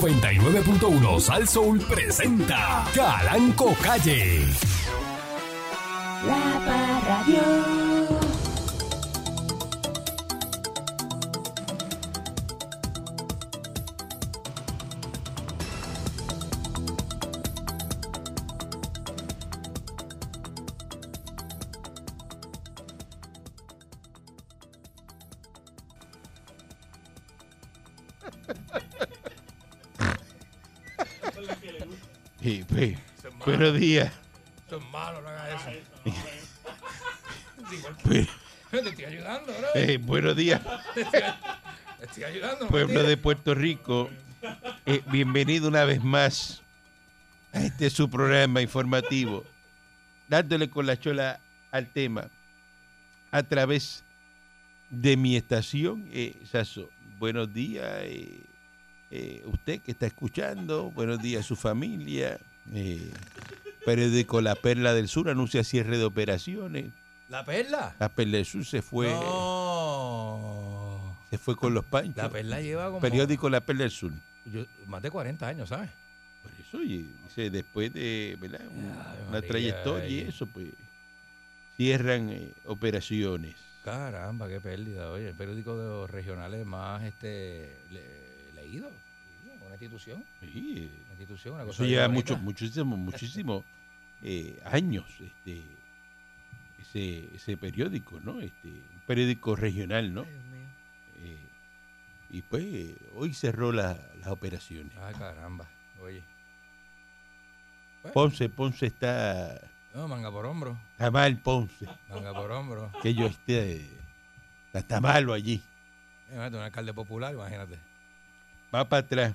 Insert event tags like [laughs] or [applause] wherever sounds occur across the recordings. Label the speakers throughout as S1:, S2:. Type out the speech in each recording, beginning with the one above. S1: 99.1 Sal Soul presenta Calanco Calle.
S2: La Parradio.
S3: Sí, pues, buenos días.
S4: Esto es malo, no hagas eso.
S3: Pues,
S4: Te estoy ayudando, bro.
S3: eh, buenos días,
S4: Te estoy ayudando.
S3: pueblo
S4: mentira.
S3: de Puerto Rico. Eh, bienvenido una vez más a este su programa informativo, dándole con la chola al tema a través de mi estación. Eh, Sasso, buenos días, eh, eh, usted que está escuchando, buenos días a su familia. Eh, periódico La Perla del Sur anuncia cierre de operaciones.
S4: ¿La perla?
S3: La Perla del Sur se fue.
S4: Pues, No.
S3: Se fue con los panchos.
S4: La perla lleva como.
S3: Periódico La Perla del Sur.
S4: Yo- más de 40 años, ¿sabes?
S3: Por eso, oye, dice, después de ¿verdad? Un-
S4: Ave
S3: una
S4: María,
S3: trayectoria y
S4: ay.
S3: eso, pues cierran eh, operaciones.
S4: Caramba, qué pérdida. Oye, el periódico de los regionales más este le- leído. Una institución.
S3: Sí, eh,
S4: Una institución, una cosa.
S3: eso
S4: bien
S3: lleva
S4: bonita.
S3: muchos, muchísimos, muchísimos eh, años, este, ese, ese periódico, ¿no? Este, un periódico regional, ¿no? Eh, y pues eh, hoy cerró la- las operaciones.
S4: Ah, caramba. Oye.
S3: Ponce, Ponce está,
S4: No, manga por hombro.
S3: está mal, Ponce.
S4: Manga por [laughs] hombro. Eh,
S3: que yo esté está, está malo allí.
S4: Imagínate, un alcalde popular, imagínate.
S3: Va para atrás.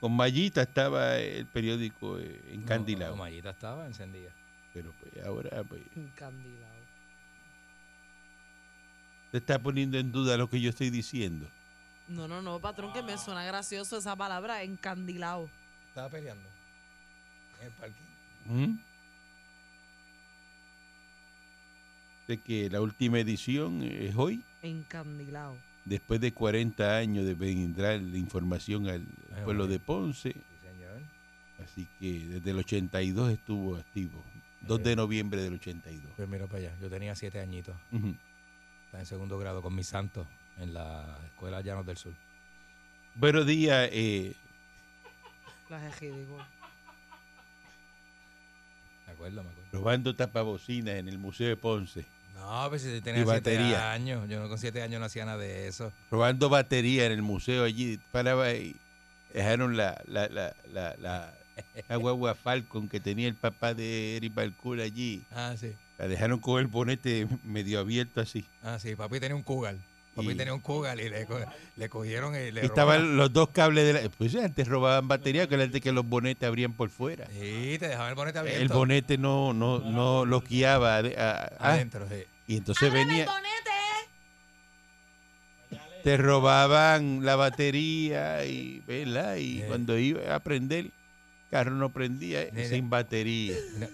S3: Con Mallita estaba el periódico eh, encandilado.
S4: No, Mallita estaba encendida.
S3: pero pues ahora pues,
S5: Encandilado.
S3: se está poniendo en duda lo que yo estoy diciendo.
S5: No, no, no, patrón, que me suena gracioso esa palabra, encandilado.
S4: Estaba peleando. En el parque.
S3: ¿Mm? De que la última edición es hoy.
S5: Encandilado.
S3: Después de 40 años de entrar la información al
S4: Ay,
S3: pueblo
S4: hombre.
S3: de Ponce.
S4: Sí, señor.
S3: Así que desde el 82 estuvo activo. 2 de noviembre del 82.
S4: Pues mira para allá, yo tenía siete añitos,
S3: Ujú.
S4: estaba en segundo grado con mis santos en la escuela Llanos del Sur.
S3: Buenos días. eh,
S5: Las ejidicos.
S4: ¿Me acuerdo? Me acuerdo.
S3: robando tapabocinas en el Museo de Ponce,
S4: No, pues si tenía
S3: Y
S4: siete
S3: batería.
S4: años, yo no- con siete años no hacía nada de eso.
S3: robando batería en el museo allí, paraba y dejaron la, la, la, la, la, la guagua Falcon que tenía el papá de Eric Balcour allí,
S4: Ah, sí.
S3: la dejaron con el bonete medio abierto así.
S4: Ah, sí, papi tenía un cougar. Papi
S3: Y-
S4: tenía un cougar y le, co- le cogieron y le
S3: Y estaban
S4: robaron.
S3: los dos cables de la... Pues antes robaban batería, que era antes que los bonetes abrían por fuera.
S4: Sí, te dejaban el bonete abierto.
S3: El bonete no, no, no lo guiaba. a- a- a-
S4: Adentro, sí.
S3: y entonces venía...
S5: bonete!
S3: te robaban la batería y ¿verdad? y
S4: Eh.
S3: cuando iba a prender el carro no prendía eh,
S4: Mira.
S3: sin batería
S4: No,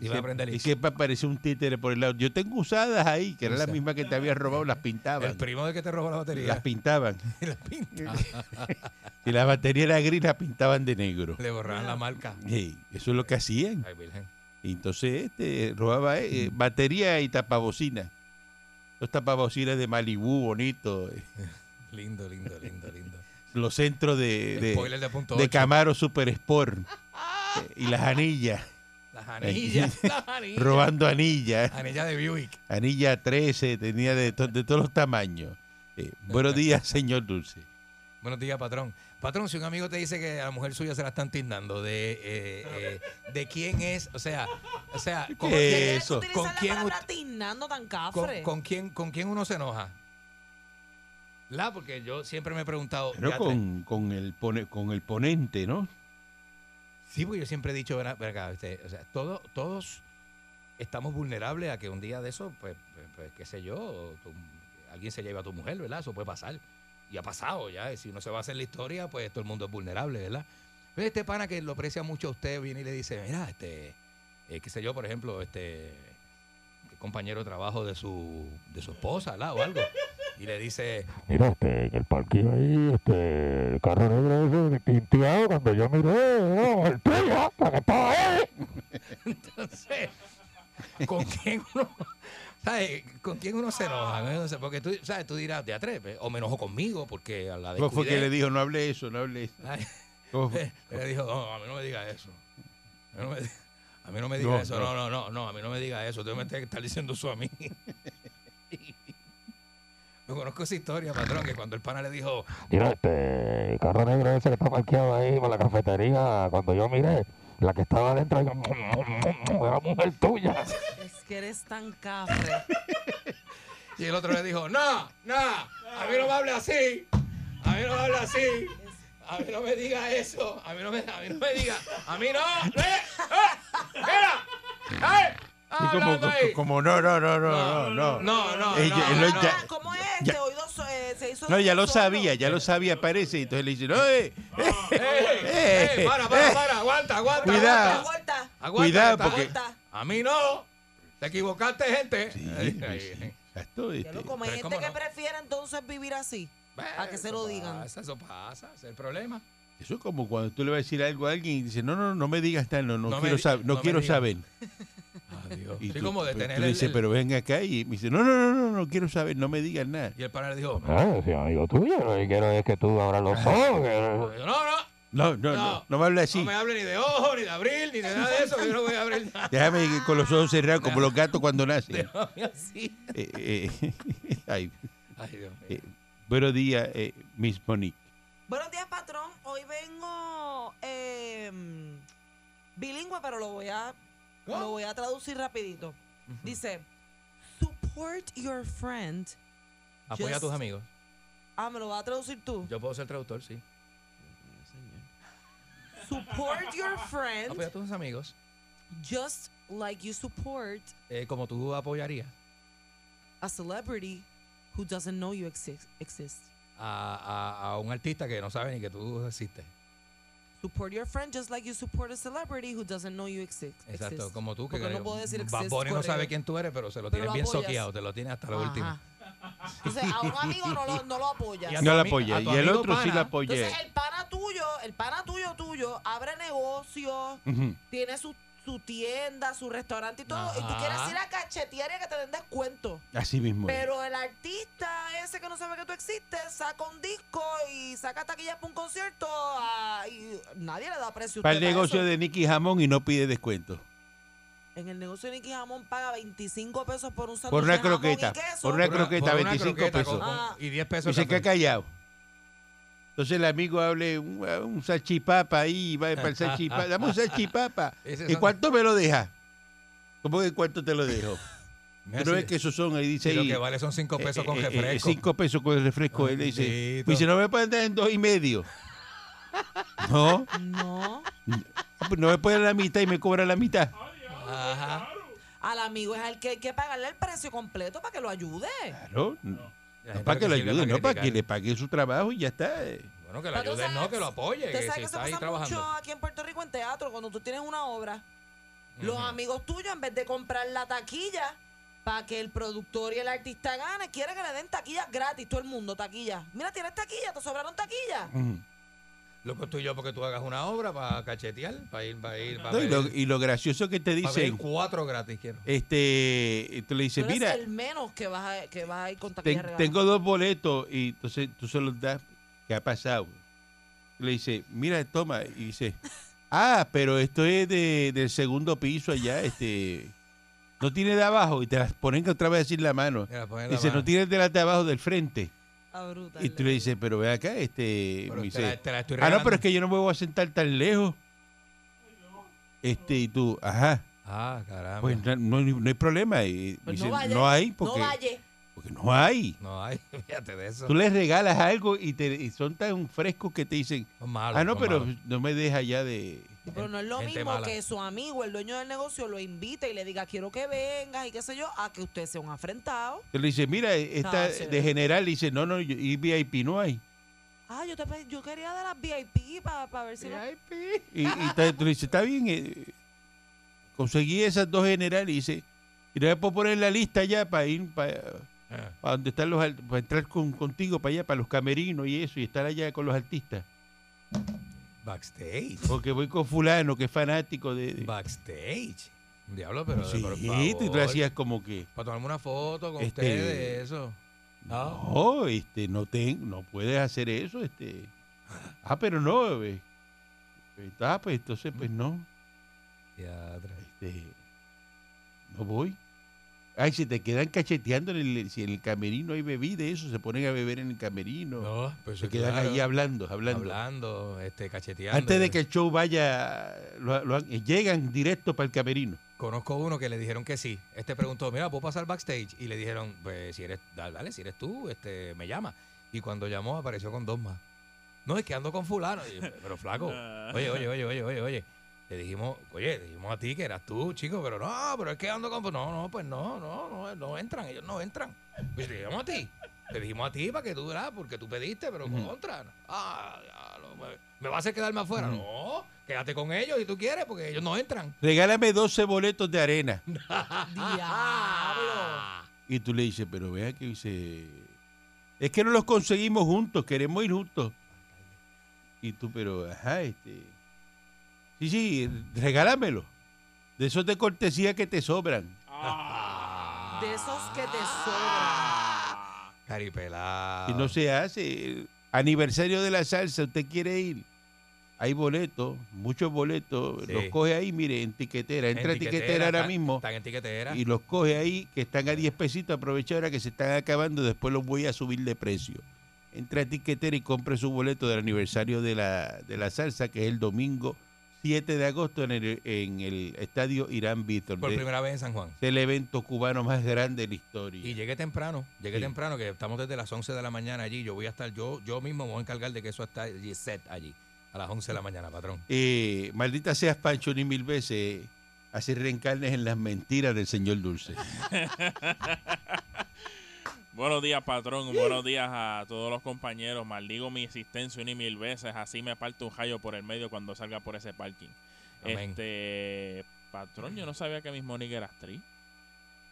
S3: y,
S4: Iba a prender
S3: siempre,
S4: el-
S3: y siempre aparecía un títere por el lado yo tengo usadas ahí que era la
S4: Usa.
S3: misma que te había robado las pintaban
S4: El primo del que te robó la
S3: las
S4: batería.
S3: pintaban
S4: y [laughs] la Ah, pinta.
S3: si la batería era gris la pintaban de
S4: [laughs]
S3: negro
S4: le borraban la marca.
S3: Sí, eso es lo que hacían
S4: Ay, virgen.
S3: Y entonces este robaba eh, batería y tapabocina los tapabocinas de Malibú bonito eh,
S4: Lindo, lindo, lindo, lindo.
S3: los centros de, de-
S4: Spoiler de punto
S3: de
S4: ocho.
S3: Camaro Super Sport eh, y las anillas, [laughs]
S4: Las [laughs] anillas, las anillas.
S3: robando anillas,
S4: Anilla de Buick.
S3: anilla 13, tenía de, to- de todos los tamaños. Eh, buenos días, señor Dulce.
S4: Buenos días, patrón. Patrón, si un amigo te dice que a la mujer suya se la están tindando, de, eh, eh, de quién es, o sea, o sea, con,
S3: ¿Qué
S4: quién,
S3: es? Eso.
S5: ¿Con
S4: ¿Con quién
S5: quién la palabra
S4: ut-
S5: tiznando tan
S4: con,
S5: cafre?
S4: con quién, con quién uno se enoja. La, porque yo siempre me he preguntado.
S3: Pero
S4: ya te-
S3: con, con, el pone- con el ponente, ¿no?
S4: Sí, porque yo siempre he dicho, ven acá, ven acá, este, o sea, todo- todos estamos vulnerables a que un día de eso, pues, pues, pues, qué sé yo, tu- alguien se lleva a tu mujer, ¿verdad? Eso puede pasar. Y ha pasado ya. y Si no se va a hacer la historia, pues todo el mundo es vulnerable, ¿verdad? Pero este pana que lo aprecia mucho a usted viene y le dice, mira, este, eh, qué sé yo, por ejemplo, este el compañero de trabajo de su, de su esposa, ¿verdad? O algo. y le dice,
S2: Mira, este, en el parquillo ahí, este, el carro negro ese de tinteado, cuando yo miré, era Ortega, la que estaba ahí.
S4: entonces, ¿con quién uno, ¿sabes? ¿Con quién uno se enoja? no? O sea, porque tú, ¿sabes? Tú dirás, te atreves, o me enojo conmigo porque a la
S3: ¿Cómo fue que Pues le
S4: descuidé.
S3: dijo? No hable eso, no hable eso. [laughs]
S4: Ay,
S3: ¿Cómo fue?
S4: [laughs] Le dijo, no, a mí no me diga eso. A mí no me, di- a mí no me diga
S3: No,
S4: eso. No, no, no, no, a mí no me diga eso. Tú me tienes que estar diciendo eso a mí. [laughs] Yo conozco esa historia, patrón, que cuando el pana le dijo,
S2: Mira, este, el carro negro ese que está parqueado ahí por la cafetería, cuando yo miré, la que estaba adentro, "Mm, era mm, mujer tuya.
S5: Es que eres tan
S3: [laughs]
S5: cafre.
S4: y el otro le dijo, no, no, a mí no me hable así. A mí no me hable así. A mí no me diga eso. A mí no me, a mí no me diga. A mí no. ¡Eh! ¡Eh! ¡Mira! ¡Eh!
S3: Y como,
S4: Hablando ahí.
S3: como, como, no, no, no, no, no,
S4: no,
S3: no.
S4: no,
S3: Ella-
S4: no,
S3: él lo-
S4: no.
S3: ya-
S5: ¿Cómo es
S3: ya-
S5: este? Oído so- eh, se hizo
S3: no, ya lo
S5: sordo.
S3: sabía, ya lo sabía, parece. Y entonces le dicen,
S4: [laughs]
S3: ¡eh!
S4: ¡Eh! ¡Eh!
S3: eh,
S4: ¡Para,
S3: eh.
S4: para, para! ¡Aguanta, aguanta!
S3: Cuidado.
S4: aguanta.
S5: Vuelta,
S4: Aguanta,
S3: Cuidado,
S4: que está-
S3: porque-
S5: vuelta.
S4: A mí no. Te equivocaste, gente.
S3: Sí,
S4: Ahí, ahí,
S3: sí,
S4: ahí.
S3: exacto,
S5: Ya
S3: este,
S5: lo como hay
S4: Pero
S5: gente
S4: cómo
S5: que
S4: no.
S5: prefiere entonces vivir así. A que se lo
S4: Eso
S5: digan.
S4: pasa, eso pasa, ese es el problema.
S3: Eso es como cuando tú le vas a decir algo a alguien y dice, no, no, no me digas tal, no, no,
S4: No me
S3: quiero,
S4: di-
S3: sab- no
S4: no me
S3: quiero
S4: digas.
S3: saber.
S4: Adiós.
S3: Y
S4: Sí,
S3: tú,
S4: como
S3: pero
S4: detener
S3: tú le
S4: el-
S3: dices,
S4: el-
S3: pero ven acá y me dice, no, no, no, no, no quiero saber, no me digas nada.
S4: Y el pana le dijo, no,
S2: Ah, sí, amigo tuyo, lo que quiero es que tú abras los ojos. que-
S4: no, no,
S3: No, no, no, no,
S4: No.
S3: me hable así.
S4: no me hable ni de ojo, ni de abril, ni de nada de eso, que yo no voy a abrir [laughs] nada.
S3: Déjame que con los ojos cerrados como los gatos cuando
S4: [laughs]
S3: nacen.
S4: Así.
S3: Eh, eh, ay,
S4: Ay, Dios mío.
S3: eh, buenos días, eh, Miss Monique.
S5: Buenos días, patrón. Hoy vengo eh, bilingüe, pero lo voy a
S4: ¿Cómo?
S5: lo voy a traducir rapidito. Dice, support your friend.
S4: Apoya a tus amigos.
S5: Ah, me lo vas a traducir tú.
S4: Yo puedo ser traductor, sí.
S5: Support your
S4: [laughs] Apoya a
S5: friend
S4: tus amigos,
S5: just like you support
S4: eh, como tú apoyarías
S5: a celebrity who doesn't know you exist. exist.
S4: a, a- a un artista que no sabe ni que tú existes.
S5: Support your friend just like you support a celebrity who doesn't know you exi- exist.
S4: Exacto, como tú que
S5: Porque no puedo decir
S4: Bad
S5: exist
S4: Bunny no
S5: forever.
S4: sabe quién tú eres, pero se lo
S5: Pero
S4: tienes
S5: lo
S4: bien
S5: apoyas.
S4: soqueado, te lo tienes hasta lo
S5: Ajá.
S4: último.
S5: Entonces, a un amigo no lo, no lo apoyas.
S4: [laughs] Y a tu
S3: No la
S4: ami- a
S3: apoyé.
S4: tu
S3: Y el
S4: amigo
S3: otro sí
S4: pana.
S3: la apoyé.
S5: Entonces, el pana tuyo, el pana tuyo, tuyo, abre negocio,
S3: Ujú.
S5: tiene su, su tienda, su restaurante y todo, y tú
S4: Ajá.
S5: quieres ir a cachetear y a que te den descuento.
S3: Así mismo. es.
S5: Pero el artista ese que no sabe que tú existes saca un disco y saca taquillas para un concierto ah, y nadie le da precio. a
S3: Para el
S5: usted
S3: negocio
S5: eso.
S3: de Nicky Jamón y no pide descuento.
S5: En el negocio de Nicky Jamón paga 25 pesos por un sándwich
S3: Por una
S5: de jamón y
S3: croqueta.
S5: queso.
S3: Por una croqueta,
S4: por una
S3: 25
S4: croqueta con-
S3: pesos.
S4: con-
S5: Ah.
S4: y 10
S3: Y
S4: pesos.
S3: se
S4: café.
S3: queda callado. Entonces el amigo hable un, un salchipapa ahí, va para el salchipapa. Dame un
S4: [laughs]
S3: salchipapa.
S4: Ese
S3: ¿Y
S4: son-
S3: cuánto me lo deja? ¿Cómo que cuánto te lo dejo?
S4: [laughs] Mira,
S3: Tú no
S4: si-
S3: ves que esos son, ahí dice
S4: si lo
S3: ahí.
S4: que vale son 5 pesos con
S3: eh, eh,
S4: refresco.
S3: cinco pesos con el refresco.
S4: Ay,
S3: él dice,
S4: bendito.
S3: me dice, no me pueden dar en dos y medio. [laughs] no,
S5: No.
S3: pues no me pueden dar la mitad y me cobra la mitad.
S4: Ajá.
S5: Al amigo es al que hay que pagarle el precio completo para que lo ayude.
S3: Claro.
S4: La
S3: No
S4: gente
S3: para que
S4: lo
S3: le
S4: sirve
S3: ayude, no para
S4: criticar.
S3: que le pague su trabajo y ya está. eh.
S4: Bueno, que lo
S5: Pero tú
S4: ayude, no,
S5: sabes-
S4: que lo apoye,
S5: Usted sabe
S4: que si
S5: que eso
S4: está ahí
S5: pasa mucho
S4: trabajando.
S5: aquí en Puerto Rico en teatro, cuando tú tienes una obra, los
S4: Ujú.
S5: amigos tuyos, en vez de comprar la taquilla para que el productor y el artista gane, quieren que le den taquillas gratis, todo el mundo, taquillas. Mira, tienes taquilla, te sobraron taquillas.
S4: Mm.
S3: Ujú.
S4: Loco estoy yo porque tú hagas una obra para cachetear, para ir, para ir, para
S3: No, y, lo,
S4: pedir,
S3: y lo gracioso que te
S4: para pedir
S3: dicen, Eh,
S4: cuatro gratis quiero.
S3: este, tú
S5: Tú
S3: le dices,
S5: eres
S3: mira,
S5: el menos que vas a, que vas a ir con
S3: ten-
S5: taquillas regaladas.
S3: tengo dos boletos y entonces tú se los das, ¿qué ha pasado? Le dice, mira, toma, y dice, ah, pero esto es de, del segundo piso allá, este, no tiene de abajo, y te las ponen que otra vez así en la mano.
S4: Mira, ponle la
S3: Dice,
S4: mano.
S3: no tiene de las de abajo del frente.
S5: Ah, brutal,
S3: Y
S5: de
S3: tú le
S5: verdad.
S3: dices, pero ve acá, este,
S4: Pero
S3: me
S4: te, la,
S3: dice,
S4: te la estoy
S3: ah,
S4: regalando.
S3: no, pero es que yo no me voy a sentar tan lejos. Este, y tú, ajá.
S4: Ah, caramba.
S3: Pues na- no, no hay problema. Y
S5: Pues
S3: dice,
S5: no
S3: no,
S5: vaya,
S3: hay
S5: No
S3: porque no,
S5: vayas.
S3: porque no hay.
S4: No hay, [laughs] fíjate de eso.
S3: Tú les regalas algo y, te, y son tan frescos que te dicen,
S4: Son malos,
S3: ah, no,
S4: son
S3: pero
S4: malos.
S3: no me deja ya de...
S5: Pero no es lo
S4: Gente
S5: mismo
S4: mala.
S5: que su amigo, el dueño del negocio, lo invite y le diga, quiero que vengas y qué sé yo, a que usted sea un afrentado.
S3: Tú le dices, mira, esta
S5: No, sí.
S3: de general, y dice, no, no, yo- y VIP no hay.
S5: Ah, yo, te, pe- yo quería de las VIP para ver si... no-
S3: Y, y ta- tú le dices, está bien, eh, conseguí esas dos generales, y dice, y no me puedo poner en la lista ya para ir, para
S4: Ah.
S3: para donde están los art- para entrar con, contigo para allá, para los camerinos y eso, y estar allá con los artistas.
S4: Backstage.
S3: Porque voy con fulano que es fanático de. de-
S4: Backstage. Diablo, pero
S3: sí,
S4: por
S3: y tú
S4: favor.
S3: hacías como que.
S4: Para tomarme una foto con
S3: Este-
S4: ustedes, eso. Ah, No.
S3: No, este, no te, no puedes hacer eso, este. Ah, pero no, eh, eh, Ah, pues entonces, pues no.
S4: Diadre.
S3: Este, no voy. Ay, si te quedan cacheteando en el, si en el camerino hay bebida, y eso, se ponen a beber en el camerino.
S4: No, pues
S3: se quedan
S4: claro,
S3: ahí hablando, hablando.
S4: hablando, este, cacheteando.
S3: Antes de que el show vaya, lo- lo han- llegan directo para el camerino.
S4: Conozco uno que le dijeron que sí. Este preguntó, mira, ¿puedo pasar backstage? Y le dijeron, pues si eres, dale, dale, si eres tú, este, me llama. Y cuando llamó, apareció con dos más. No, es que ando con fulano. Y yo, pero flaco, oye, oye, oye, oye, oye, oye. Le dijimos, oye, le dijimos a ti que eras tú, chico, pero no, pero es que ando con... No, no, pues no, no, no, no entran, ellos no entran. Pues le dijimos a ti. Le dijimos a ti para que tú verás, porque tú pediste, pero contra. Ah, ya lo- me, me vas a hacer quedarme afuera. No, quédate con ellos si tú quieres, porque ellos no entran.
S3: Regálame 12 boletos de arena.
S5: Ah. Diablo.
S3: Y tú le dices, pero vea que dice, es que no los conseguimos juntos, queremos ir juntos. Y tú, pero, ajá, este. Sí, sí, regálamelo. De esos de cortesía que te sobran.
S5: De esos que te sobran.
S4: Caripelado.
S3: Y no se hace. Aniversario de la salsa, usted quiere ir. Hay boletos, muchos boletos.
S4: Sí.
S3: Los coge ahí, mire, en tiquetera. Entra en tiquetera, ahora
S4: están-
S3: mismo.
S4: Están en tiquetera.
S3: Y los coge ahí, que están a 10 pesitos, aprovecha ahora que se están acabando, después los voy a subir de precio. Entra a Tiquetera y compre su boleto del aniversario de la, de la salsa, que es el domingo 7 de agosto en el, en el estadio Irán Víctor.
S4: por
S3: de-
S4: primera vez en San Juan.
S3: Es el evento cubano más grande de la
S4: Y
S3: historia.
S4: llegué temprano, llegué
S3: Sí.
S4: temprano, que estamos desde las 11 de la mañana allí. Yo voy a estar, yo yo mismo me voy a encargar de que eso está allí, set allí, a las 11 de la mañana, patrón.
S3: Eh, maldita seas, Pancho, ni mil veces. eh, Así reencarnes en las mentiras del señor Dulce.
S6: Buenos días, patrón. Buenos días a todos los compañeros. Maldigo mi existencia una y mil veces. Así me parto un rayo por el medio cuando salga por ese parking.
S4: Amén.
S6: Este, patrón, yo no sabía que Miss Mónica era actriz.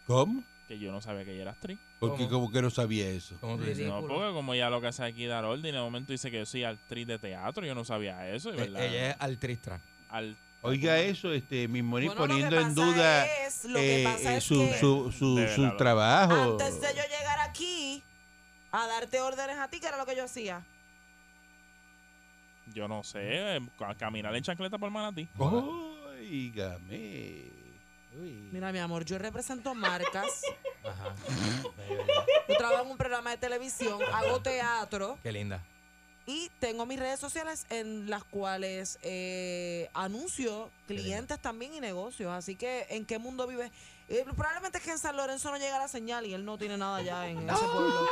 S3: ¿Cómo?
S6: Que yo no sabía que ella era actriz.
S3: Porque
S4: ¿Cómo?
S3: como que no sabía eso.
S4: ¿Cómo tú dices?
S6: No,
S5: Ridículo.
S6: porque como ella lo que hace aquí dar orden, de momento dice que yo soy actriz de teatro. Yo no sabía eso, y
S4: Eh,
S6: ¿verdad?
S4: Ella es altristra.
S6: Al-
S3: Oiga eso, este, mi Moni,
S5: Bueno, lo que
S3: poniendo en
S5: pasa
S3: duda...
S5: es- lo que
S3: eh,
S5: pasa
S3: eh,
S5: es
S3: su,
S5: que-
S3: su, su,
S6: De
S3: su
S6: verdad.
S3: trabajo.
S5: Antes de yo llegar aquí a darte órdenes a ti, que era lo que yo hacía.
S6: yo no sé, eh, ca- caminar en chancleta por Manatí.
S3: Oh. Óigame.
S5: Mira, mi amor, yo represento marcas.
S4: Ajá.
S5: Yo trabajo en un programa de televisión, hago teatro
S4: Qué linda.
S5: y tengo mis redes sociales en las cuales eh, anuncio clientes también y negocios. Así que, ¿en qué mundo vives? Eh, probablemente es que en San Lorenzo no llega la señal y él no tiene nada allá en ese pueblo.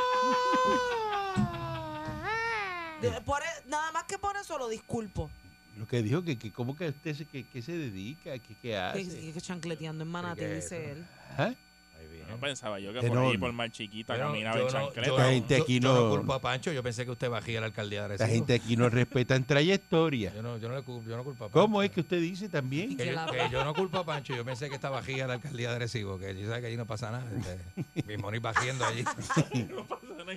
S5: De- por e- nada más que por eso lo disculpo.
S3: Lo que dijo, que, que cómo que usted se, que, que se dedica, que, que
S5: Que,
S3: hace. ¿Ah?
S5: que- que chancleteando en Manatí,
S4: Ah, Porque-
S5: dice él.
S3: Ajá.
S4: Ahí
S6: No
S4: bien.
S6: pensaba yo que
S2: Eh,
S3: De
S6: por
S3: no-
S6: ahí, por mal chiquita,
S4: Pero
S6: caminaba en
S4: yo no-
S6: chancleta.
S4: yo
S3: La
S4: no-
S3: gente
S4: yo-
S3: aquí
S4: yo
S3: no-
S4: culpo a Pancho, yo pensé que usted bajía a la alcaldía de
S3: La
S4: Arecibo.
S3: gente aquí no respeta en trayectoria.
S4: Yo no, yo no le culpo, yo no culpo a Pancho.
S3: ¿Cómo es que usted dice también?
S4: Que
S5: Que
S4: yo,
S5: la-
S4: que yo no culpo a Pancho, yo pensé que esta bajía era la alcaldía de Arecibo, que yo sabía que allí no pasa nada.
S3: [laughs]
S4: este, mi moni bajiendo allí. [laughs]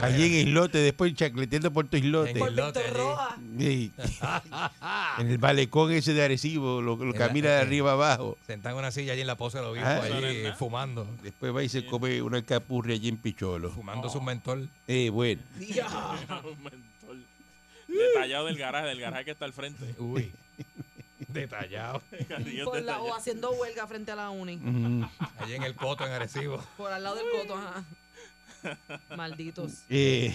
S3: Allí en Islote, después chacleteando por tu Islote.
S5: Por
S4: El lote
S5: Víctor
S4: allí. [laughs]
S5: Rojas. [laughs]
S3: Sí. en el malecón ese de Arecibo, lo, lo camina
S6: eh,
S3: de arriba abajo.
S4: Sentado en una silla allí en la pose del obispo,
S3: Ah,
S6: eso no es
S4: allí
S6: nada.
S4: fumando,
S3: Después va y se come una capurria allí en Picholo.
S4: fumando su mentor.
S3: Eh,
S6: [laughs]
S3: bueno.
S6: Un mentor. [laughs] Detallado del garaje, del garaje que está al frente.
S4: Uy, [laughs] detallado.
S5: [laughs]
S6: Carrillo
S5: Por la- o
S6: detallado.
S5: haciendo huelga frente a la uni.
S3: Mm.
S4: Allí en el coto, en Arecibo.
S5: Por al lado del coto, ajá.
S4: [laughs]
S5: Malditos.
S3: Eh,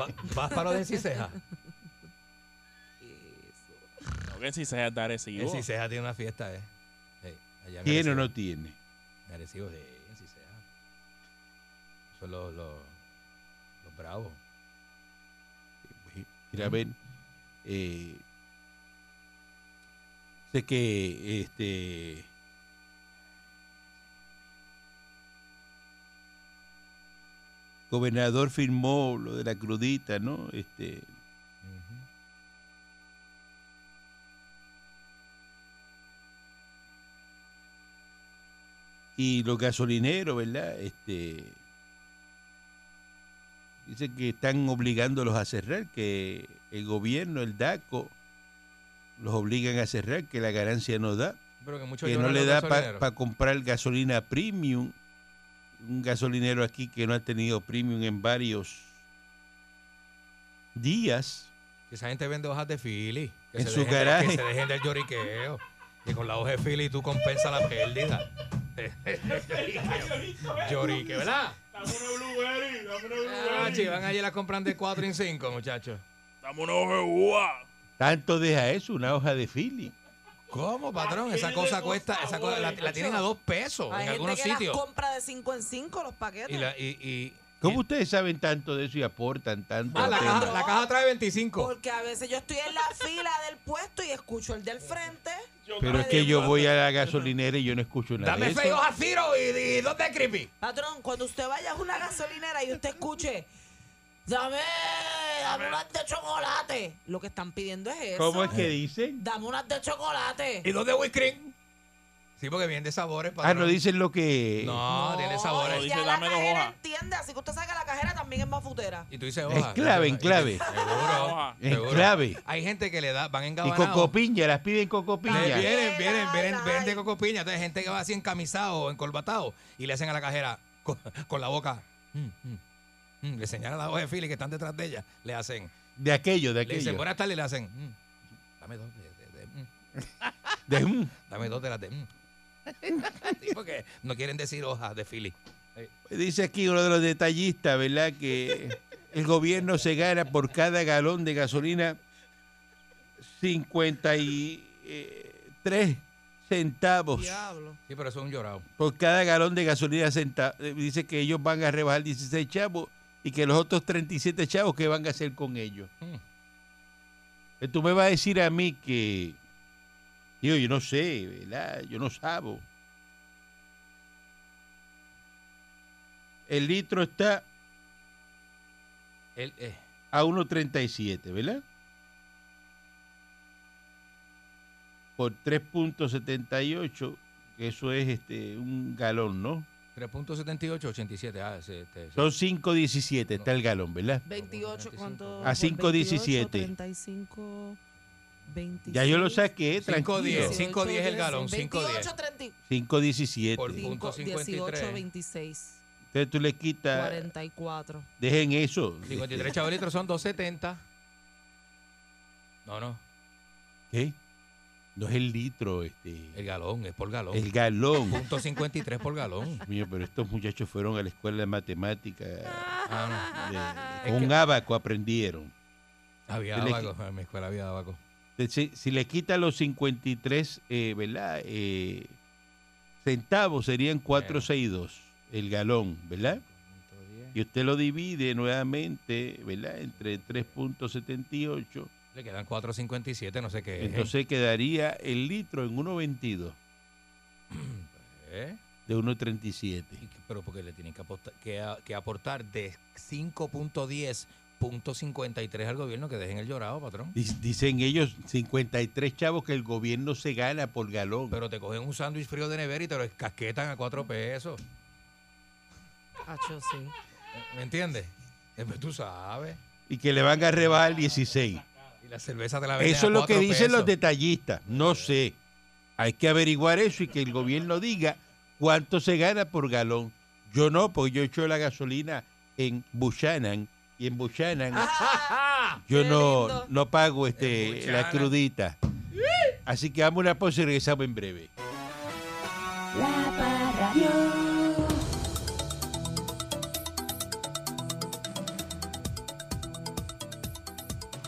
S4: Va- ¿Vas para lo de Ciseja?
S6: No, que si sea de Arecibo.
S4: El Ciseja tiene una fiesta, ¿eh? Sí, allá en
S3: ¿Tiene o
S4: Arecibo.
S3: no tiene?
S4: En Arecibo, sí, en Ciseja. Son los, los, los bravos.
S3: Mira, a ver, eh, sé que este gobernador firmó lo de la crudita, ¿no? Este, Y los gasolineros, ¿verdad? Este, dicen que están obligándolos a cerrar, que el gobierno, el DACO, los obligan a cerrar, que la ganancia no da,
S4: Pero que muchos
S3: que no
S4: lloran
S3: le
S4: los
S3: da para
S4: gasolineros.
S3: comprar gasolina premium. Un gasolinero aquí que no ha tenido premium en varios días.
S4: Que Esa gente vende hojas de Philly. Que
S3: En
S4: se
S3: su
S4: dejen de-
S3: garaje.
S4: Que se dejen del lloriqueo. Que con la hoja de Philly tú compensas la pérdida.
S6: [laughs]
S4: Llorique, ¿verdad?
S6: Dame una blueberry, dame una
S4: Ah, chi, van allí y la compran de 4 en 5, muchachos.
S6: Dame una hoja de uva.
S3: Tanto deja eso, una hoja de Philly.
S4: ¿Cómo, patrón? Esa cosa cuesta, esa cosa, la, la tienen a dos pesos
S5: Hay gente
S4: en algunos
S5: que las
S4: sitios.
S5: compra de 5 en 5 los paquetes.
S4: Y la, y, y-
S3: ¿Cómo ustedes saben tanto de eso y aportan tanto?
S4: Ah,
S3: al
S4: la
S3: tema?
S4: caja, la caja trae 25.
S5: Porque a veces yo estoy en la [laughs] fila del puesto y escucho el del frente.
S3: Pero es que yo voy a la gasolinera y yo no escucho nada.
S4: Dame
S3: de eso.
S4: fe y hoja Ciro y, y dos de Creepy.
S5: Patrón, cuando usted vaya a una gasolinera y usted escuche, dame, dame unas de chocolate. Lo que están pidiendo es eso.
S3: ¿Cómo es que dicen?
S5: Dame unas de chocolate.
S4: Y dos de Whiskrin. Sí, porque vienen de sabores,
S3: Ah,
S4: patrón.
S3: no dicen lo que.
S4: No, Ah, tiene sabores.
S6: No,
S5: y
S6: dice,
S5: ya la
S6: "Dame dos
S5: cajera
S6: hojas".
S5: entiende, así que usted sabe que la cajera también es más futera.
S4: Y tú dices hoja.
S3: Es clave, en clave.
S4: [laughs] Seguro.
S3: En
S4: seguro.
S3: clave.
S4: Hay gente que le da, van
S3: Y
S4: engabanados.
S3: cocopiña, las piden cocopiña.
S4: Le
S5: Bien.
S4: Vienen, vienen, vienen,
S5: Ay.
S4: vienen de cocopiña. Entonces, gente que va así encamisado o encolbatado y le hacen a la cajera con, con la boca. mm, mm, mm. Le señalan a la hoja de fili que están detrás de ella. Le hacen.
S3: De aquello, de
S4: Le dicen
S3: aquello.
S4: buenas tardes y le hacen. mm, dame dos de, de- de- mm, ah".
S3: De, mm.
S4: dame dos de las de. mm". [laughs] Sí, porque no quieren decir hoja de fili.
S3: Dice aquí uno de los detallistas, ¿verdad? Que el gobierno se gana por cada galón de gasolina 53 eh, centavos.
S5: Diablo.
S4: Sí, pero eso es un llorado.
S3: Por cada galón de gasolina centa- eh, dice que ellos van a rebajar 16 chavos y que los otros 37 chavos que van a hacer con ellos.
S4: Mm.
S3: Eh, Tú me vas a decir a mí que digo, yo no sé, ¿verdad? Yo no sabo. El litro está
S4: Él, eh,
S3: a 1.37, ¿verdad? Por 3.78, que eso es este un galón, ¿no?
S4: 3.78, 87. Ah, sí, este, sí.
S3: Son 5.17, está el galón, ¿verdad?
S5: 28, ¿cuánto?
S3: A 5.17.
S5: 35, 25.
S3: Ya yo lo saqué, tranquilo.
S4: 5.10. 5.10 el galón, 5.10.
S5: 28, 30,
S3: 5.17.
S4: Por- Punto
S5: 18,
S4: 53.
S5: 26,
S3: Entonces tú le quitas,
S5: 44.
S3: dejen eso.
S4: 53 chavalitos son 270. No, no,
S3: ¿Qué? No es el litro, este.
S4: el galón, es por galón.
S3: El galón.
S4: Punto 53 por galón.
S3: Mío, pero estos muchachos fueron a la escuela de
S4: [laughs]
S3: matemática.
S4: Ah,
S3: de-
S4: Es
S3: con
S4: que-
S3: abaco aprendieron.
S4: no. Había
S3: Dile
S4: abaco, en mi escuela había abaco.
S3: Entonces, si, si le quitas los 53, eh, ¿verdad? Eh, centavos serían 462 el galón, ¿verdad? Y usted lo divide nuevamente, ¿verdad? Entre 3.78.
S4: Le quedan 4.57, no sé qué. es, ¿eh?
S3: Entonces quedaría el litro en 1.22
S4: ¿Eh?
S3: de 1.37.
S4: Y que- Pero porque le tienen que, apostar- que, a- que aportar de 5.10, punto 53 al gobierno, que dejen el llorado, patrón.
S3: Dic- Dicen ellos 53 chavos que el gobierno se gana por galón.
S4: Pero te cogen un sándwich frío de nevera y te lo casquetan a 4 pesos.
S5: Hacho, sí.
S4: ¿Me entiendes? Eh, pues Tú sabes.
S3: y que le van a rebajar 16.
S4: Y la cerveza te la venden
S3: Eso
S4: a
S3: es lo que
S4: cuatro
S3: dicen los
S4: pesos.
S3: detallistas. No sé. Hay que averiguar eso y que el gobierno diga cuánto se gana por galón. Yo no, porque yo echo la gasolina en Buchanan y en Buchanan yo
S5: Ah, Qué
S3: no,
S5: lindo.
S3: no pago este
S4: En
S3: la
S4: Buchanan.
S3: crudita. Así que vamos a una pausa y regresamos en breve.
S7: La Parradio.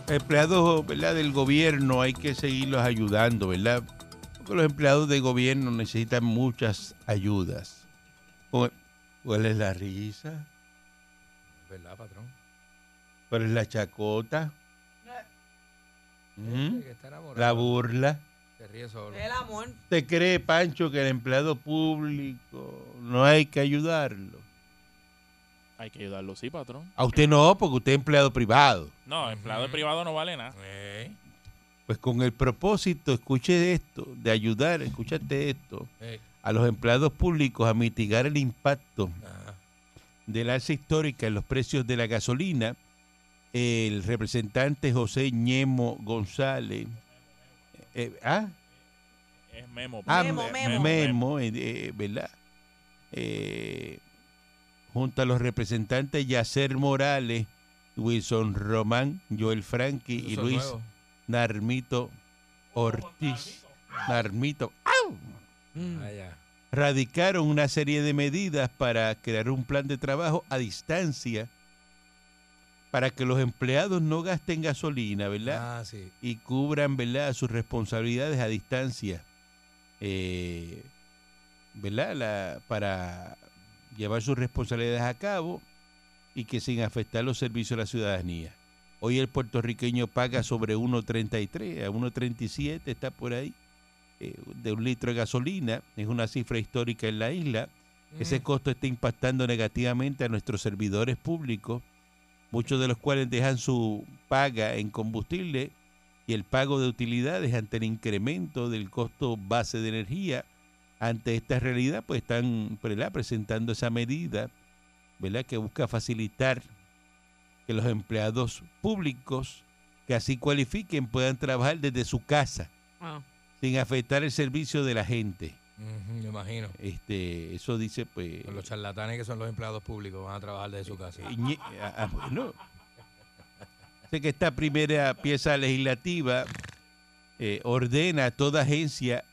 S3: empleados ¿verdad? del gobierno hay que seguirlos ayudando, ¿verdad? Porque los empleados de gobierno necesitan muchas ayudas. Cu- ¿Cuál es la risa?
S4: ¿Verdad, patrón?
S3: ¿Cuál es la chacota? ¿Mm?
S4: Que está enamorado.
S3: La burla.
S4: Se ríe solo.
S5: El amor.
S3: ¿Te cree, Pancho, que el empleado público no hay que ayudarlo?
S6: Hay que ayudarlo, sí, patrón.
S3: A usted no, porque usted es empleado privado.
S6: No, empleado
S4: Ujú.
S6: privado no vale nada.
S4: Eh,
S3: Pues con el propósito, escuche esto, de ayudar, escúchate esto,
S4: eh.
S3: a los empleados públicos a mitigar el impacto
S4: ah,
S3: del alza histórica en los precios de la gasolina, el representante José Ñemo González. eh, ¿Ah?
S6: Es Memo.
S3: Ah,
S5: Memo,
S3: me-
S5: Memo.
S3: Memo, eh, eh, ¿verdad? Eh, junto a los representantes Yacer Morales, Wilson Román, Joel Franqui y
S4: Eso es
S3: Luis
S4: nuevo.
S3: Narmito Ortiz. Narmito. ¡au!
S5: Mm.
S4: Ah, ya.
S3: Radicaron una serie de medidas para crear un plan de trabajo a distancia para que los empleados no gasten gasolina, ¿verdad?
S4: Ah, sí.
S3: y cubran ¿verdad? sus responsabilidades a distancia eh, ¿verdad? La- para llevar sus responsabilidades a cabo y que sin afectar los servicios a la ciudadanía. Hoy el puertorriqueño paga sobre 1.33, a 1.37 está por ahí, eh, de un litro de gasolina, es una cifra histórica en la isla. Ese costo está impactando negativamente a nuestros servidores públicos, muchos de los cuales dejan su paga en combustible y el pago de utilidades ante el incremento del costo base de energía. Ante esta realidad, pues están ¿verdad? presentando esa medida ¿verdad? que busca facilitar que los empleados públicos que así cualifiquen puedan trabajar desde su casa
S5: Ah.
S3: sin afectar el servicio de la gente.
S4: Ujú, me imagino.
S3: Este, eso dice pues
S4: Con los charlatanes que son los empleados públicos van a trabajar desde su casa.
S3: Eh, ñe- ah, ah, bueno. Sé que esta primera pieza legislativa eh, ordena a toda agencia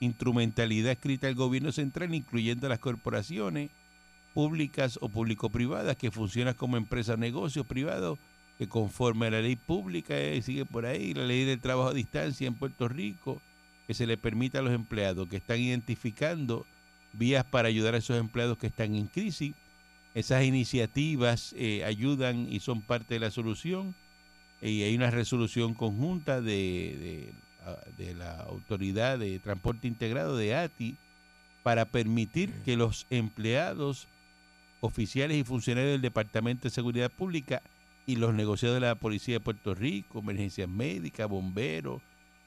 S3: instrumentalidad escrita al gobierno central, incluyendo las corporaciones públicas o público-privadas que funcionan como empresas o negocios privados que conforme a la ley pública, eh, sigue por ahí, la ley del trabajo a distancia en Puerto Rico, que se le permita a los empleados que están identificando vías para ayudar a esos empleados que están en crisis esas iniciativas eh, ayudan y son parte de la solución y hay una resolución conjunta de, de- a- de la Autoridad de Transporte Integrado de ATI para permitir que los empleados oficiales y funcionarios del Departamento de Seguridad Pública y los negociados de la Policía de Puerto Rico, emergencias médicas, bomberos,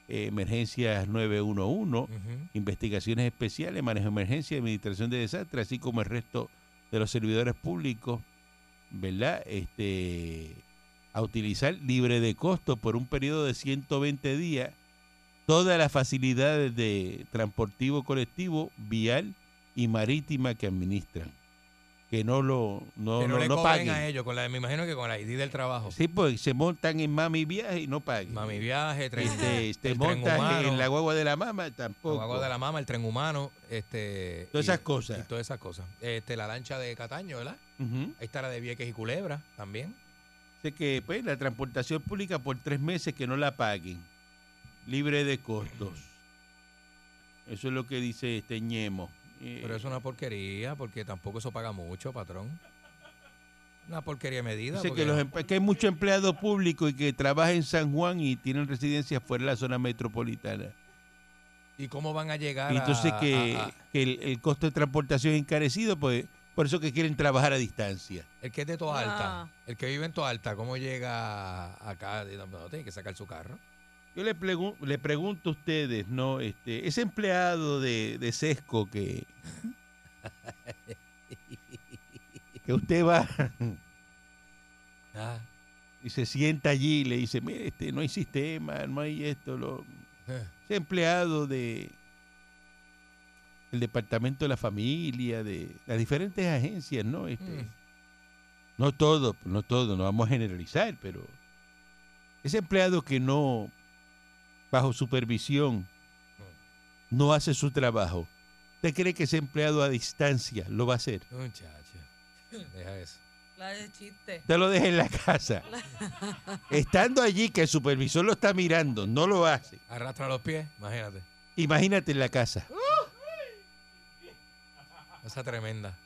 S3: eh, emergencias 911,
S4: Ujú.
S3: investigaciones especiales, manejo de emergencia, administración de desastres, así como el resto de los servidores públicos, ¿verdad? Este, a utilizar libre de costo por un periodo de 120 días todas las facilidades de transportivo colectivo, vial y marítima que administran. Que no lo no,
S4: que no,
S3: no-
S4: le
S3: no
S4: cobren
S3: paguen.
S4: a ellos, con la, me imagino que con la ID del trabajo.
S3: Sí, porque se montan en mami viaje y no paguen.
S4: Mami viaje, tren,
S3: Este, te
S4: el tren
S3: montas
S4: humano,
S3: en la guagua de la mama
S4: la
S3: tampoco.
S4: guagua de la mama, el tren humano, este,
S3: Todas
S4: y-
S3: esas cosas.
S4: y todas esas cosas. Este, la lancha de Cataño, ¿verdad?
S3: Ujú.
S4: Ahí está la de Vieques y Culebra también.
S3: Dice que pues, la transportación pública por tres meses que no la paguen, libre de costos. Eso es lo que dice este ñemo. Eh,
S4: Pero es una porquería, porque tampoco eso paga mucho, patrón. Una porquería de medida.
S3: dice
S4: porque-
S3: que, los em- emple- que hay muchos empleados públicos y que trabajan en San Juan y tienen residencia fuera de la zona metropolitana.
S4: ¿Y cómo van a llegar
S3: Y entonces
S4: a-
S3: que,
S4: a- a-
S3: que el, el costo de transportación es encarecido, pues por eso que quieren trabajar a distancia.
S4: El que es de Toa Alta,
S5: Ah.
S4: el que vive en Toa Alta, ¿cómo llega acá? No, tiene que sacar su carro.
S3: Yo le, pregun- le pregunto a ustedes, ¿no? Este, ese empleado de, de Sesco que. que usted va
S4: Ah,
S3: y se sienta allí y le dice: Mire, este, no hay sistema, no hay esto. Lo...
S4: eh,
S3: Ese empleado de. El departamento de la familia, de las diferentes agencias, ¿no? Este,
S4: mm.
S3: No todo, no todo, no vamos a generalizar, pero ese empleado que no, bajo supervisión, no hace su trabajo, ¿usted cree que ese empleado a distancia lo va a hacer?
S4: [laughs] Muchacho, deja eso.
S5: La de chiste.
S3: Usted lo deja en la casa. Estando allí que el supervisor lo está mirando, no lo hace.
S4: Arrastra los pies, imagínate.
S3: Imagínate en la casa.
S4: Esa tremenda.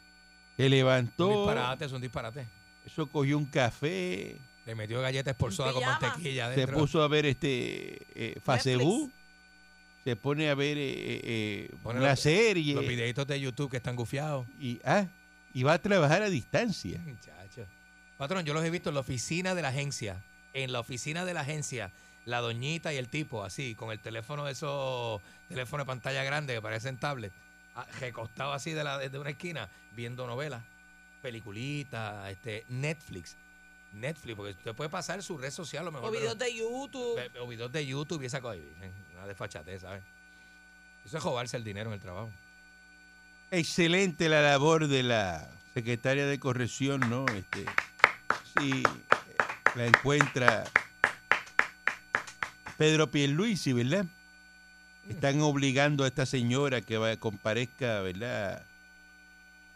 S3: Se
S4: Es un
S3: levantó,
S4: disparate, es un disparate.
S3: eso cogió un café,
S4: Le metió galletas por
S5: En
S4: soda con
S5: pijama.
S4: mantequilla
S3: se
S4: adentro.
S3: puso a ver este eh, Facebook, se pone a ver eh, eh,
S4: Pone
S3: una
S4: los-
S3: serie.
S4: Los videitos de YouTube que están gufiados.
S3: y, ah, y va a trabajar a distancia.
S4: Muchacho. Patrón, yo los he visto en la oficina de la agencia. En la oficina de la agencia, la doñita y el tipo, así, con el teléfono de esos teléfonos de pantalla grande que parecen tablet, ah, recostado así de, la, de una esquina, viendo novelas, peliculitas, este, Netflix. Netflix, porque usted puede pasar su red social a lo mejor.
S5: O
S4: pero- Eh.
S5: videos de YouTube.
S4: Ve- O videos de YouTube y esa cosa. y, eh, Una desfachatez, ¿sabes? Eso es robarse el dinero en el trabajo.
S3: Excelente la labor de la secretaria de corrección, ¿no? Este, sí, eh, la encuentra Pedro Pierluisi, ¿verdad? Están obligando a esta señora que va, comparezca, ¿verdad?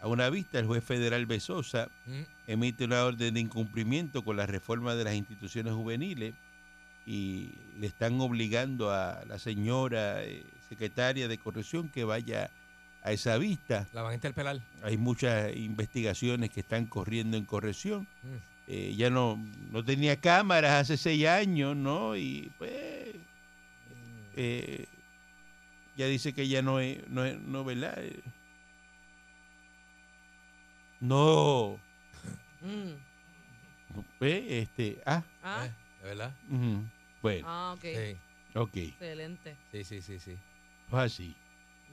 S3: A una vista, el juez federal Besosa
S4: Mm.
S3: emite una orden de incumplimiento con la reforma de las instituciones juveniles y le están obligando a la señora eh, secretaria de corrección que vaya a esa vista.
S4: La van a interpelar.
S3: Hay muchas investigaciones que están corriendo en corrección.
S4: Mm.
S3: Eh, ya no, no tenía cámaras hace seis años, ¿no? Y pues eh, ya dice que ya no es, no es, no, ¿verdad? Eh, No,
S5: Mm.
S3: pues, este, ah,
S5: Ah,
S4: Eh, ¿De verdad?
S3: ujú, bueno,
S5: ah, ok.
S4: Sí,
S3: ok,
S5: Excelente.
S4: sí, sí, sí. sí.
S3: pues así,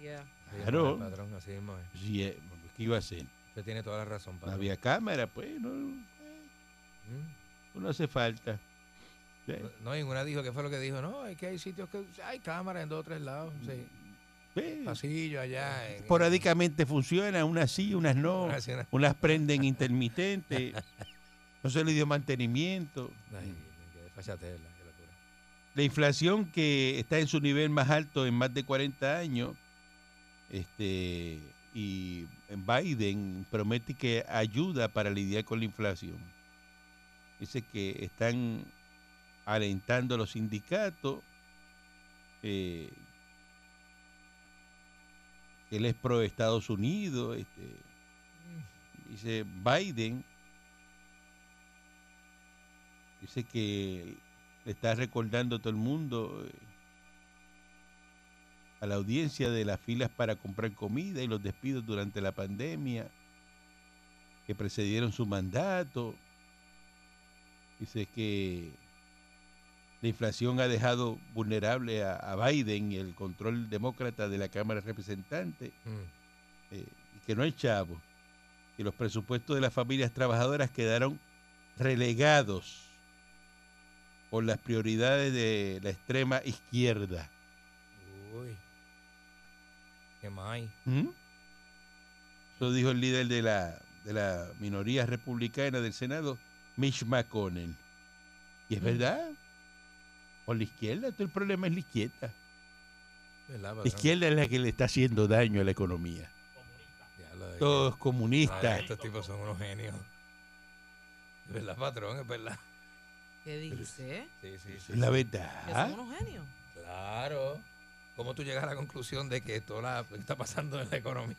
S5: Yeah.
S4: Así
S3: Claro.
S4: mismo es, patrón, así mismo es.
S3: sí, eh, ¿qué iba a hacer?
S4: Usted tiene toda la razón,
S3: No
S4: patrón.
S3: había cámara, pues, no,
S4: Mm.
S3: no hace falta. Eh,
S4: No, y una dijo, ¿qué fue lo que dijo? No, es que hay sitios que hay cámaras en dos o tres lados. Sí.
S3: pues,
S4: Pasillo
S3: Ah,
S4: allá. en-
S3: esporádicamente funciona, unas sí, unas no,
S4: Unas sí, unas-
S3: unas prenden intermitente, [laughs] no se le dio mantenimiento.
S4: Ay, qué desfachatez, la- qué locura.
S3: La inflación que está en su nivel más alto en más de 40 años, este, y Biden promete que ayuda para lidiar con la inflación. Dice que están alentando a los sindicatos, eh, él es pro Estados Unidos, este, dice Biden, dice que le está recordando a todo el mundo, eh, a la audiencia de las filas para comprar comida y los despidos durante la pandemia que precedieron su mandato. Dice que la inflación ha dejado vulnerable a, a Biden y el control demócrata de la Cámara de Representantes,
S4: Mm.
S3: eh, y que no hay chavo, que los presupuestos de las familias trabajadoras quedaron relegados por las prioridades de la extrema izquierda.
S4: Mm. Uy. ¿Qué más hay?
S3: ¿Mm? Eso dijo el líder de la, de la minoría republicana del Senado, Mitch McConnell. Y es verdad, por la izquierda, todo el problema es la izquierda.
S4: ¿Verdad,
S3: La
S4: patrón?
S3: izquierda es la que le está haciendo daño a la economía.
S4: Diablo, de
S3: Todos
S4: que-
S3: comunistas.
S4: Ay, Ah, estos tipos son unos genios. Es verdad, patrón, es verdad.
S5: ¿Qué dice?
S4: Sí, sí,
S3: Es la verdad.
S5: Que
S4: ¿Ah?
S5: son unos genios.
S4: Claro. ¿Cómo tú llegas a la conclusión de que todo la- lo que está pasando en la economía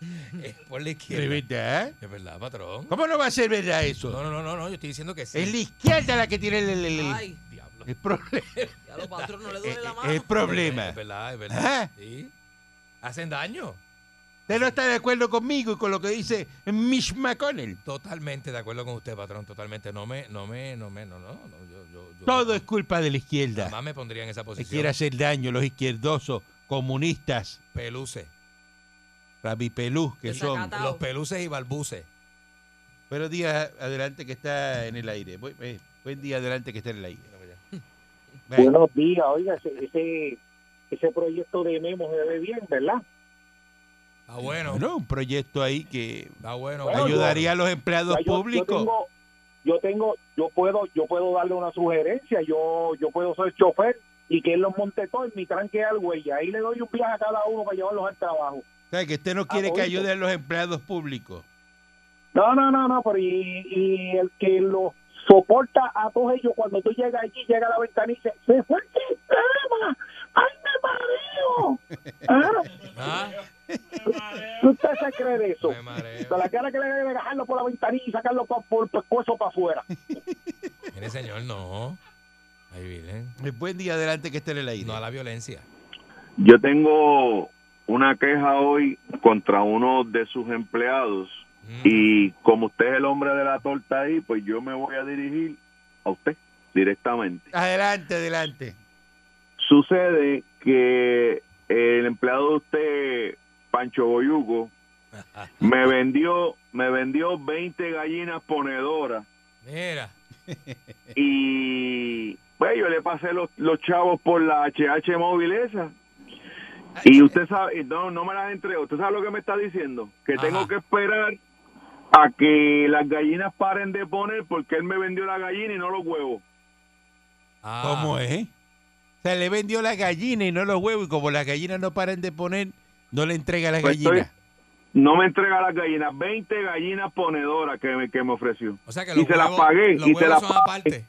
S4: [laughs] es por la
S3: Es
S4: izquierda?
S3: verdad.
S4: Es verdad, patrón.
S3: ¿Cómo no va a ser verdad
S4: No,
S3: eso?
S4: no, no, no, no, yo estoy diciendo que sí.
S3: Es la izquierda la que tiene el, el- el- el-
S5: Ay,
S4: Diablo.
S3: el problema.
S5: ya los patrón no le duele
S4: Eh,
S5: la
S3: El
S5: mano.
S3: problema.
S4: Es verdad, es verdad.
S3: Ajá.
S4: Sí. Hacen daño.
S3: Usted no está de acuerdo conmigo y con lo que dice Mitch McConnell.
S4: Totalmente de acuerdo con usted, patrón. Totalmente. No me, no me, no me, no, no. no, yo, yo, yo-
S3: Todo es culpa de la izquierda.
S4: Jamás me pondría en esa
S3: Que
S4: posición.
S3: quiere hacer daño, los izquierdosos, comunistas,
S4: Peluce.
S3: rabipelús que son.
S5: Desacatado. Tao.
S4: Los peluces y balbuces.
S3: Buenos días, adelante que está en el aire. Bu- eh, buen día, adelante que está en el aire. Ve,
S8: Buenos días, oiga, ese, ese, ese proyecto de Memo se ve bien, ¿verdad?
S4: Está bueno.
S3: bueno, un proyecto ahí que
S4: Está bueno.
S8: Bueno,
S3: ayudaría a los
S8: O
S3: empleados
S8: sea, yo- Yo
S3: públicos.
S8: tengo, yo tengo, yo puedo, yo puedo darle una sugerencia, yo, yo puedo ser chofer y que él los monte todo en mi tranque al güey, y ahí le doy un viaje a cada uno para llevarlos al trabajo.
S3: O sea, que
S8: Ah,
S3: usted no quiere que ayude a los empleados públicos.
S8: No, no, no, no, pero y, y el que los soporta a todos ellos cuando tú llegas allí, llega a la ventana y dice, se fue el sistema, ay me mareo. ¿Ah?
S4: Ah,
S8: ¿Usted se cree de eso?
S4: me mareo.
S8: Con la cara que le debe dejarlo por la ventanilla y sacarlo pa- por el pescuezo para afuera.
S4: Mire, señor, no. Ay, Virgen.
S3: Eh, Buen día, adelante que está en el aire.
S4: No a la violencia.
S9: Yo tengo una queja hoy contra uno de sus empleados
S4: Mm.
S9: [laughs] y como usted es el hombre de la torta ahí, pues yo me voy a dirigir a usted directamente.
S3: Adelante, adelante.
S9: Sucede que el empleado de usted Pancho Boyugo,
S8: [laughs]
S9: me vendió, me vendió 20 gallinas ponedoras
S4: Mira.
S9: y pues yo le pasé los, los chavos por la HH móvil esa. Y usted sabe, no, no me las entregó. ¿Usted sabe lo que me está diciendo? Que tengo
S4: Ajá.
S9: que esperar a que las gallinas paren de poner porque él me vendió la gallina y no los huevos.
S4: Ah,
S3: ¿Cómo es? eh? O sea, le vendió la gallina y no los huevos, y como las gallinas no paran de poner, no le entrega las
S9: Pues
S3: gallinas.
S9: No me entrega las gallinas, 20 gallinas ponedoras que me, que me ofreció.
S4: O sea que
S9: Y
S4: los
S9: se las
S4: huevos,
S9: pagué,
S4: los
S9: y se
S4: huevos
S9: las
S4: son
S9: pagué.
S4: aparte.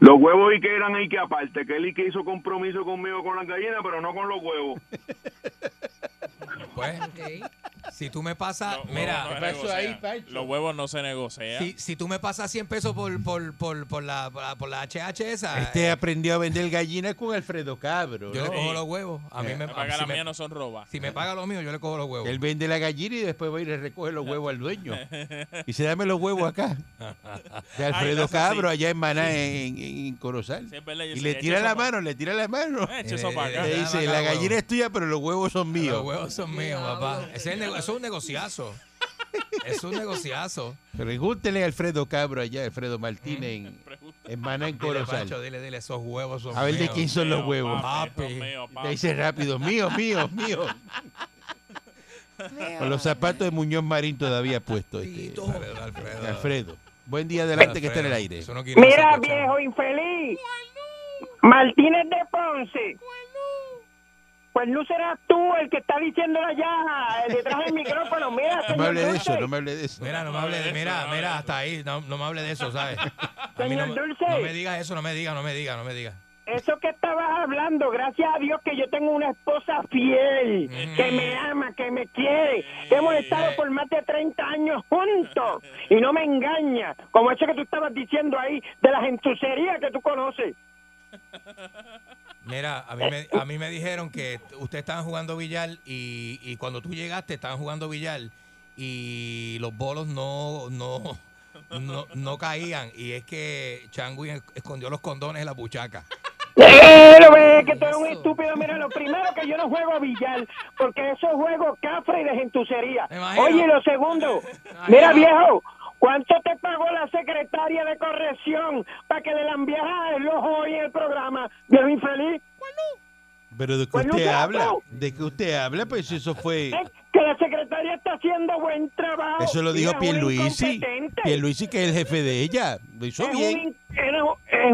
S9: Los huevos y que eran y que aparte, que él y que hizo compromiso conmigo con las gallinas, pero no con los huevos.
S4: Pues, [laughs] si tú me pasas,
S6: Los huevos
S4: mira,
S6: no se
S3: pasó
S6: negocian.
S3: ahí, Pancho?
S6: Los huevos no se negocian.
S4: si, si tú me pasas 100 pesos por, por, por, por, la, por, la, por la HH esa, eh,
S3: Este aprendió a vender gallinas con Alfredo Cabro.
S4: Ah, yo le
S3: ¿no?
S4: cojo los huevos. A mí
S3: Eh,
S4: me,
S6: Me paga
S4: si
S6: la
S4: me-
S6: mía, no son robas.
S4: si me paga lo mío, yo le cojo los huevos.
S3: Él vende la gallina y después va y le recoge los huevos al
S4: [laughs]
S3: dueño. Y se dame los huevos acá. De Alfredo
S6: eso sí.
S3: Cabro, allá en Maná, en, en- en Corozal.
S6: Sí, es verdad, yo
S3: Y
S6: sé,
S3: le
S6: echa
S3: tira
S6: eso
S3: la
S6: pa-
S3: mano, le tira la mano.
S4: [laughs]
S6: Eh, echa eso pa'
S4: Eh,
S6: acá.
S3: Le
S4: eh,
S3: dice,
S4: acá
S3: la
S4: huevo".
S3: gallina es tuya, pero los huevos son
S4: Los
S3: míos.
S4: huevos son míos, papá. Ese es, el nego- eso es un negociazo. es un negociazo.
S3: Pregúntele a Alfredo Cabro allá, Alfredo Martínez,
S4: [laughs]
S3: en, en Maná, en
S4: Dile,
S3: Corozal.
S4: Pancho, dile, dile, esos huevos son
S3: A ver de
S4: míos.
S3: quién son los
S6: Mío,
S3: huevos. Ah, pues.
S6: papi,
S4: Papi.
S6: son míos,
S3: Le
S6: papi.
S3: dice rápido, mío, mío, mío. Con los zapatos de Muñoz Marín todavía puestos. este,
S4: Alfredo, Alfredo.
S3: Alfredo. Buen día adelante que está en el
S4: Alfredo.
S3: aire.
S4: Eso no quiere
S8: Mira,
S4: decir, chavo.
S8: viejo infeliz. Martínez de Ponce. Pues no serás tú el que está diciendo allá detrás del micrófono.
S3: [laughs]
S8: Mira,
S3: No me
S8: señor
S3: hable de eso,
S8: Dulce.
S3: no me hable de eso.
S4: Mira, no me
S6: No hable
S4: hable de,
S6: de eso, no
S4: mira,
S6: hable de
S4: mira,
S6: eso.
S4: hasta ahí, no, no me hable de eso, ¿sabes? A mí no,
S8: Señor
S4: me-
S8: Dulce.
S4: no me digas eso, no me digas, no me digas, no me digas.
S8: Eso que estabas hablando, gracias a Dios que yo tengo una esposa fiel, que me ama, que me quiere. Hemos estado por más de 30 años juntos y no me engaña, como eso que tú estabas diciendo ahí de las entucerías que tú conoces.
S4: Mira, a mí me, a mí me dijeron que t- ustedes estaban jugando billar y, y cuando tú llegaste estaban jugando billar y los bolos no, no, no, no caían. Y es que Changui es- escondió los condones en la buchaca.
S8: ¡Eh, lo ves, que tú eres un estúpido. Mira, lo primero que yo no juego a billar, porque eso es juego cafre y de gentucería.
S4: Me imagino.
S8: Oye, lo segundo, mira, viejo, ¿cuánto te pagó la secretaria de corrección para que le lambieras el ojo hoy en el programa? Viejo infeliz,
S3: Pero de que
S8: Pues no
S3: usted
S8: te la
S3: habla,
S8: creo.
S3: de que usted habla, pues eso fue.
S8: ¿eh? que la secretaria está haciendo buen trabajo.
S3: Eso lo dijo
S8: Mira, es un
S3: Pierluisi.
S8: incompetente.
S3: Pierluisi que es el jefe de ella. Lo hizo
S8: Es un
S3: bien.
S8: in- es- es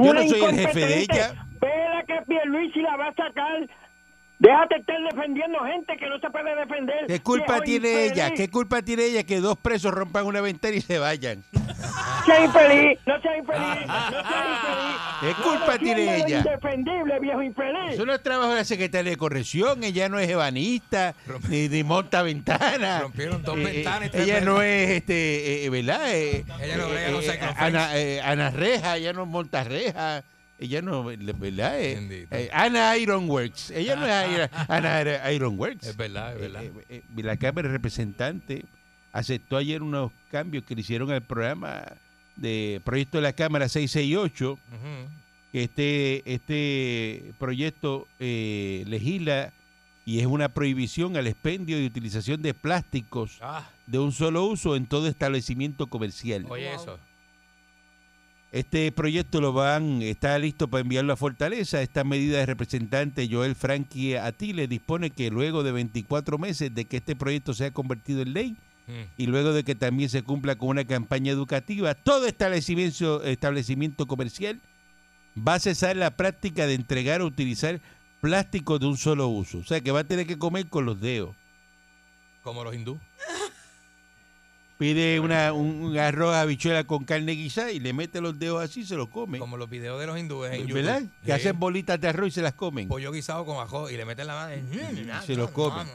S3: Yo
S8: una
S3: no soy el jefe de
S8: incompetente.
S3: ella.
S8: Vela que Pierluisi la va a sacar. Déjate estar defendiendo gente que no se puede defender.
S3: ¿Qué culpa
S8: viejo
S3: tiene ella?
S8: infeliz.
S3: ¿Qué culpa tiene ella que dos presos rompan una ventana y se vayan?
S8: sea infeliz, no sea infeliz, no sea infeliz.
S3: Ah.
S4: Ah,
S3: ¿Qué culpa tiene
S8: Defiende lo
S3: ella?
S8: Indefendible, viejo infeliz.
S3: Eso no es trabajo de la secretaria de corrección. Ella no es ebanista, ni, ni monta ventanas.
S4: Rompieron dos
S3: Eh, eh,
S4: ventanas y tres
S3: Ella no
S4: ventanas.
S3: es, este, eh, ¿verdad? Eh,
S4: Ella no
S3: eh,
S4: brega con
S3: eh,
S4: sacrifice.
S3: Ana, eh, Ana Reja, ella no monta reja. Ella no, ¿verdad? Eh,
S4: Bendito.
S3: eh, Ana Ironworks. Ella no es Ana, Ana Ironworks.
S4: Es verdad, es verdad.
S3: Eh, eh, eh, la Cámara de Representantes aceptó ayer unos cambios que le hicieron al programa de proyecto de la Cámara 668.
S4: Ujú.
S3: que Este, este proyecto eh, legisla y es una prohibición al expendio y utilización de plásticos
S4: Ah,
S3: de un solo uso en todo establecimiento comercial.
S4: oye eso.
S3: Este proyecto lo van, está listo para enviarlo a Fortaleza. Esta medida de representante Joel Frankie Atile dispone que luego de 24 meses de que este proyecto sea convertido en ley
S4: Mm.
S3: y luego de que también se cumpla con una campaña educativa, todo establecimiento, establecimiento comercial va a cesar la práctica de entregar o utilizar plásticos de un solo uso. O sea que va a tener que comer con los dedos.
S4: Como los hindú.
S3: Pide una, un, un arroz habichuela con carne guisada y le mete los dedos así se lo come.
S4: Como los videos de los hindúes en YouTube.
S3: ¿Verdad? Que
S4: Sí. Pues,
S3: hacen bolitas de arroz y se las comen.
S4: pollo guisado con ajo y le meten la Mm, mano. y-
S3: se los comen.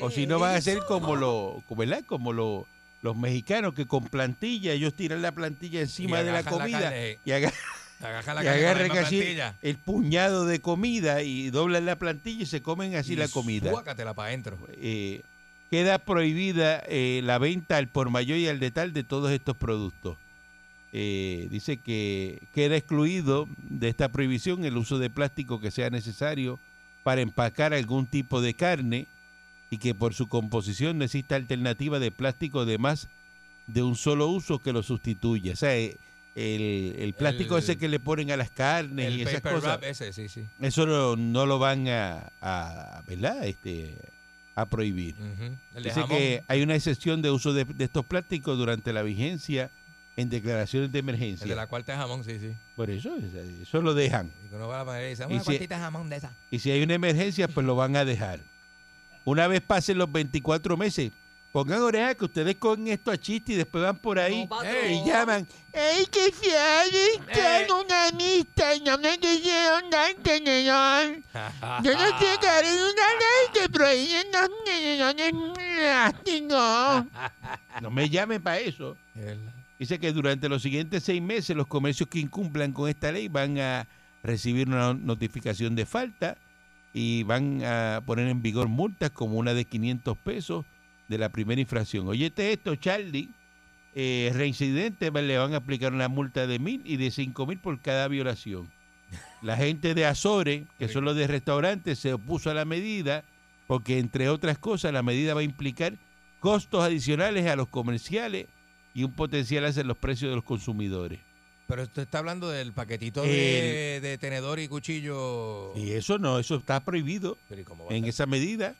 S3: O si no van a ser como los, ¿verdad? Como los, los mexicanos que con plantilla, ellos tiran la plantilla encima
S4: Y
S3: de la
S4: agajan la
S3: comida
S4: carne.
S3: y, aga-
S4: Agaja la
S3: y
S4: carne con la
S3: agarran
S4: misma
S3: así
S4: plantilla.
S3: el puñado de comida y doblan la plantilla y se comen así
S4: Y
S3: la comida.
S4: Guácatela para adentro.
S3: Eh, queda prohibida eh, la venta al por mayor y al detal de todos estos productos. Eh, dice que queda excluido de esta prohibición el uso de plástico que sea necesario para empacar algún tipo de carne y y que por su composición no existe alternativa de plástico de más de un solo uso que lo sustituya. O sea, eh, el, el plástico
S4: El-
S3: ese que le ponen a las carnes y
S4: El
S3: esas
S4: paper
S3: cosas,
S4: wrap ese, sí, sí.
S3: eso no, no lo van a, a- ¿verdad? Este, a prohibir.
S4: Ujú. El de
S3: Dice
S4: jamón.
S3: que hay una excepción de uso de, de estos plásticos durante la vigencia en declaraciones de emergencia.
S4: El de la cuarta de jamón, sí, sí.
S3: Por eso, o sea, eso lo dejan.
S4: Y que uno va a la panadería y dice, "Dame
S3: Y
S4: una
S3: si-
S4: cuartita de jamón de esa.
S3: Y si hay una emergencia, pues lo van a dejar. Una vez pasen los 24 meses, pongan oreja que ustedes cogen esto a chiste y después van por ahí
S5: patrón.
S3: y llaman. ¡Ey, que se haga
S4: Eh.
S3: una lista y no me quisieron dar
S4: [laughs]
S3: tenedor! Yo no sé que haré una ley que prohíbe los tenedores
S4: [laughs]
S3: plásticos. No me llamen para eso.
S4: Es verdad.
S3: Dice que durante los siguientes seis meses los comercios que incumplan con esta ley van a recibir una notificación de falta y van a poner en vigor multas como una de 500 pesos de la primera infracción. Oyete esto, Charlie. Eh, reincidente va- le van a aplicar una multa de mil y de cinco mil por cada violación. La gente de Azores, que son los de restaurantes, se opuso a la medida porque, entre otras cosas, la medida va a implicar costos adicionales a los comerciales y un potencial hacia los precios de los consumidores.
S4: Pero usted está hablando del paquetito de, de tenedor y cuchillo.
S3: Y eso no, eso está prohibido
S4: Pero ¿y cómo va a
S3: en
S4: estar
S3: esa medida.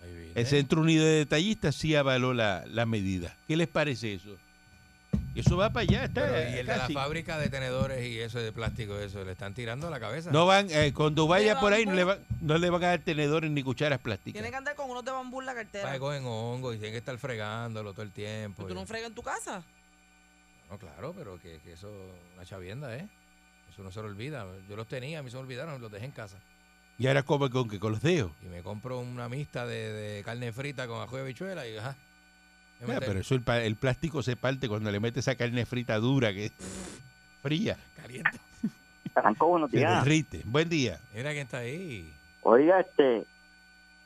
S4: prohibido,
S3: El
S4: eh?
S3: Centro Unido de Detallistas sí avaló la, la medida. ¿Qué les parece eso? Eso va para allá. Está,
S4: Pero, y el de la
S3: casi.
S4: fábrica de tenedores y eso de plástico, eso, le están tirando a la cabeza.
S3: No van, eh, cuando vaya
S5: De
S3: por ahí no le,
S5: bambú.
S3: van- no le van a dar tenedores ni cucharas plásticas.
S5: Tiene que andar con unos de bambú en la
S4: Va,
S5: cartera.
S4: y cogen hongo y tienen que estar fregándolo todo el tiempo.
S5: Pues tú
S4: y-
S5: no fregas en tu casa.
S4: No, claro, pero que, que eso, una chavienda, ¿eh? Eso no se lo olvida. Yo los tenía, a mí se me olvidaron, los dejé en casa.
S3: Y ahora come con que con los dedos.
S4: Y me compro una mixta de, de carne frita con ajo y habichuela y ajá. Me
S3: Ah,
S4: meto-
S3: pero eso el, pa- el plástico se parte cuando le metes esa carne frita dura que [laughs] fría,
S4: Caliente.
S10: Arrancó, buenos
S3: se
S10: días.
S3: derrite. Buen día.
S4: Mira quién está ahí.
S10: Oiga, este,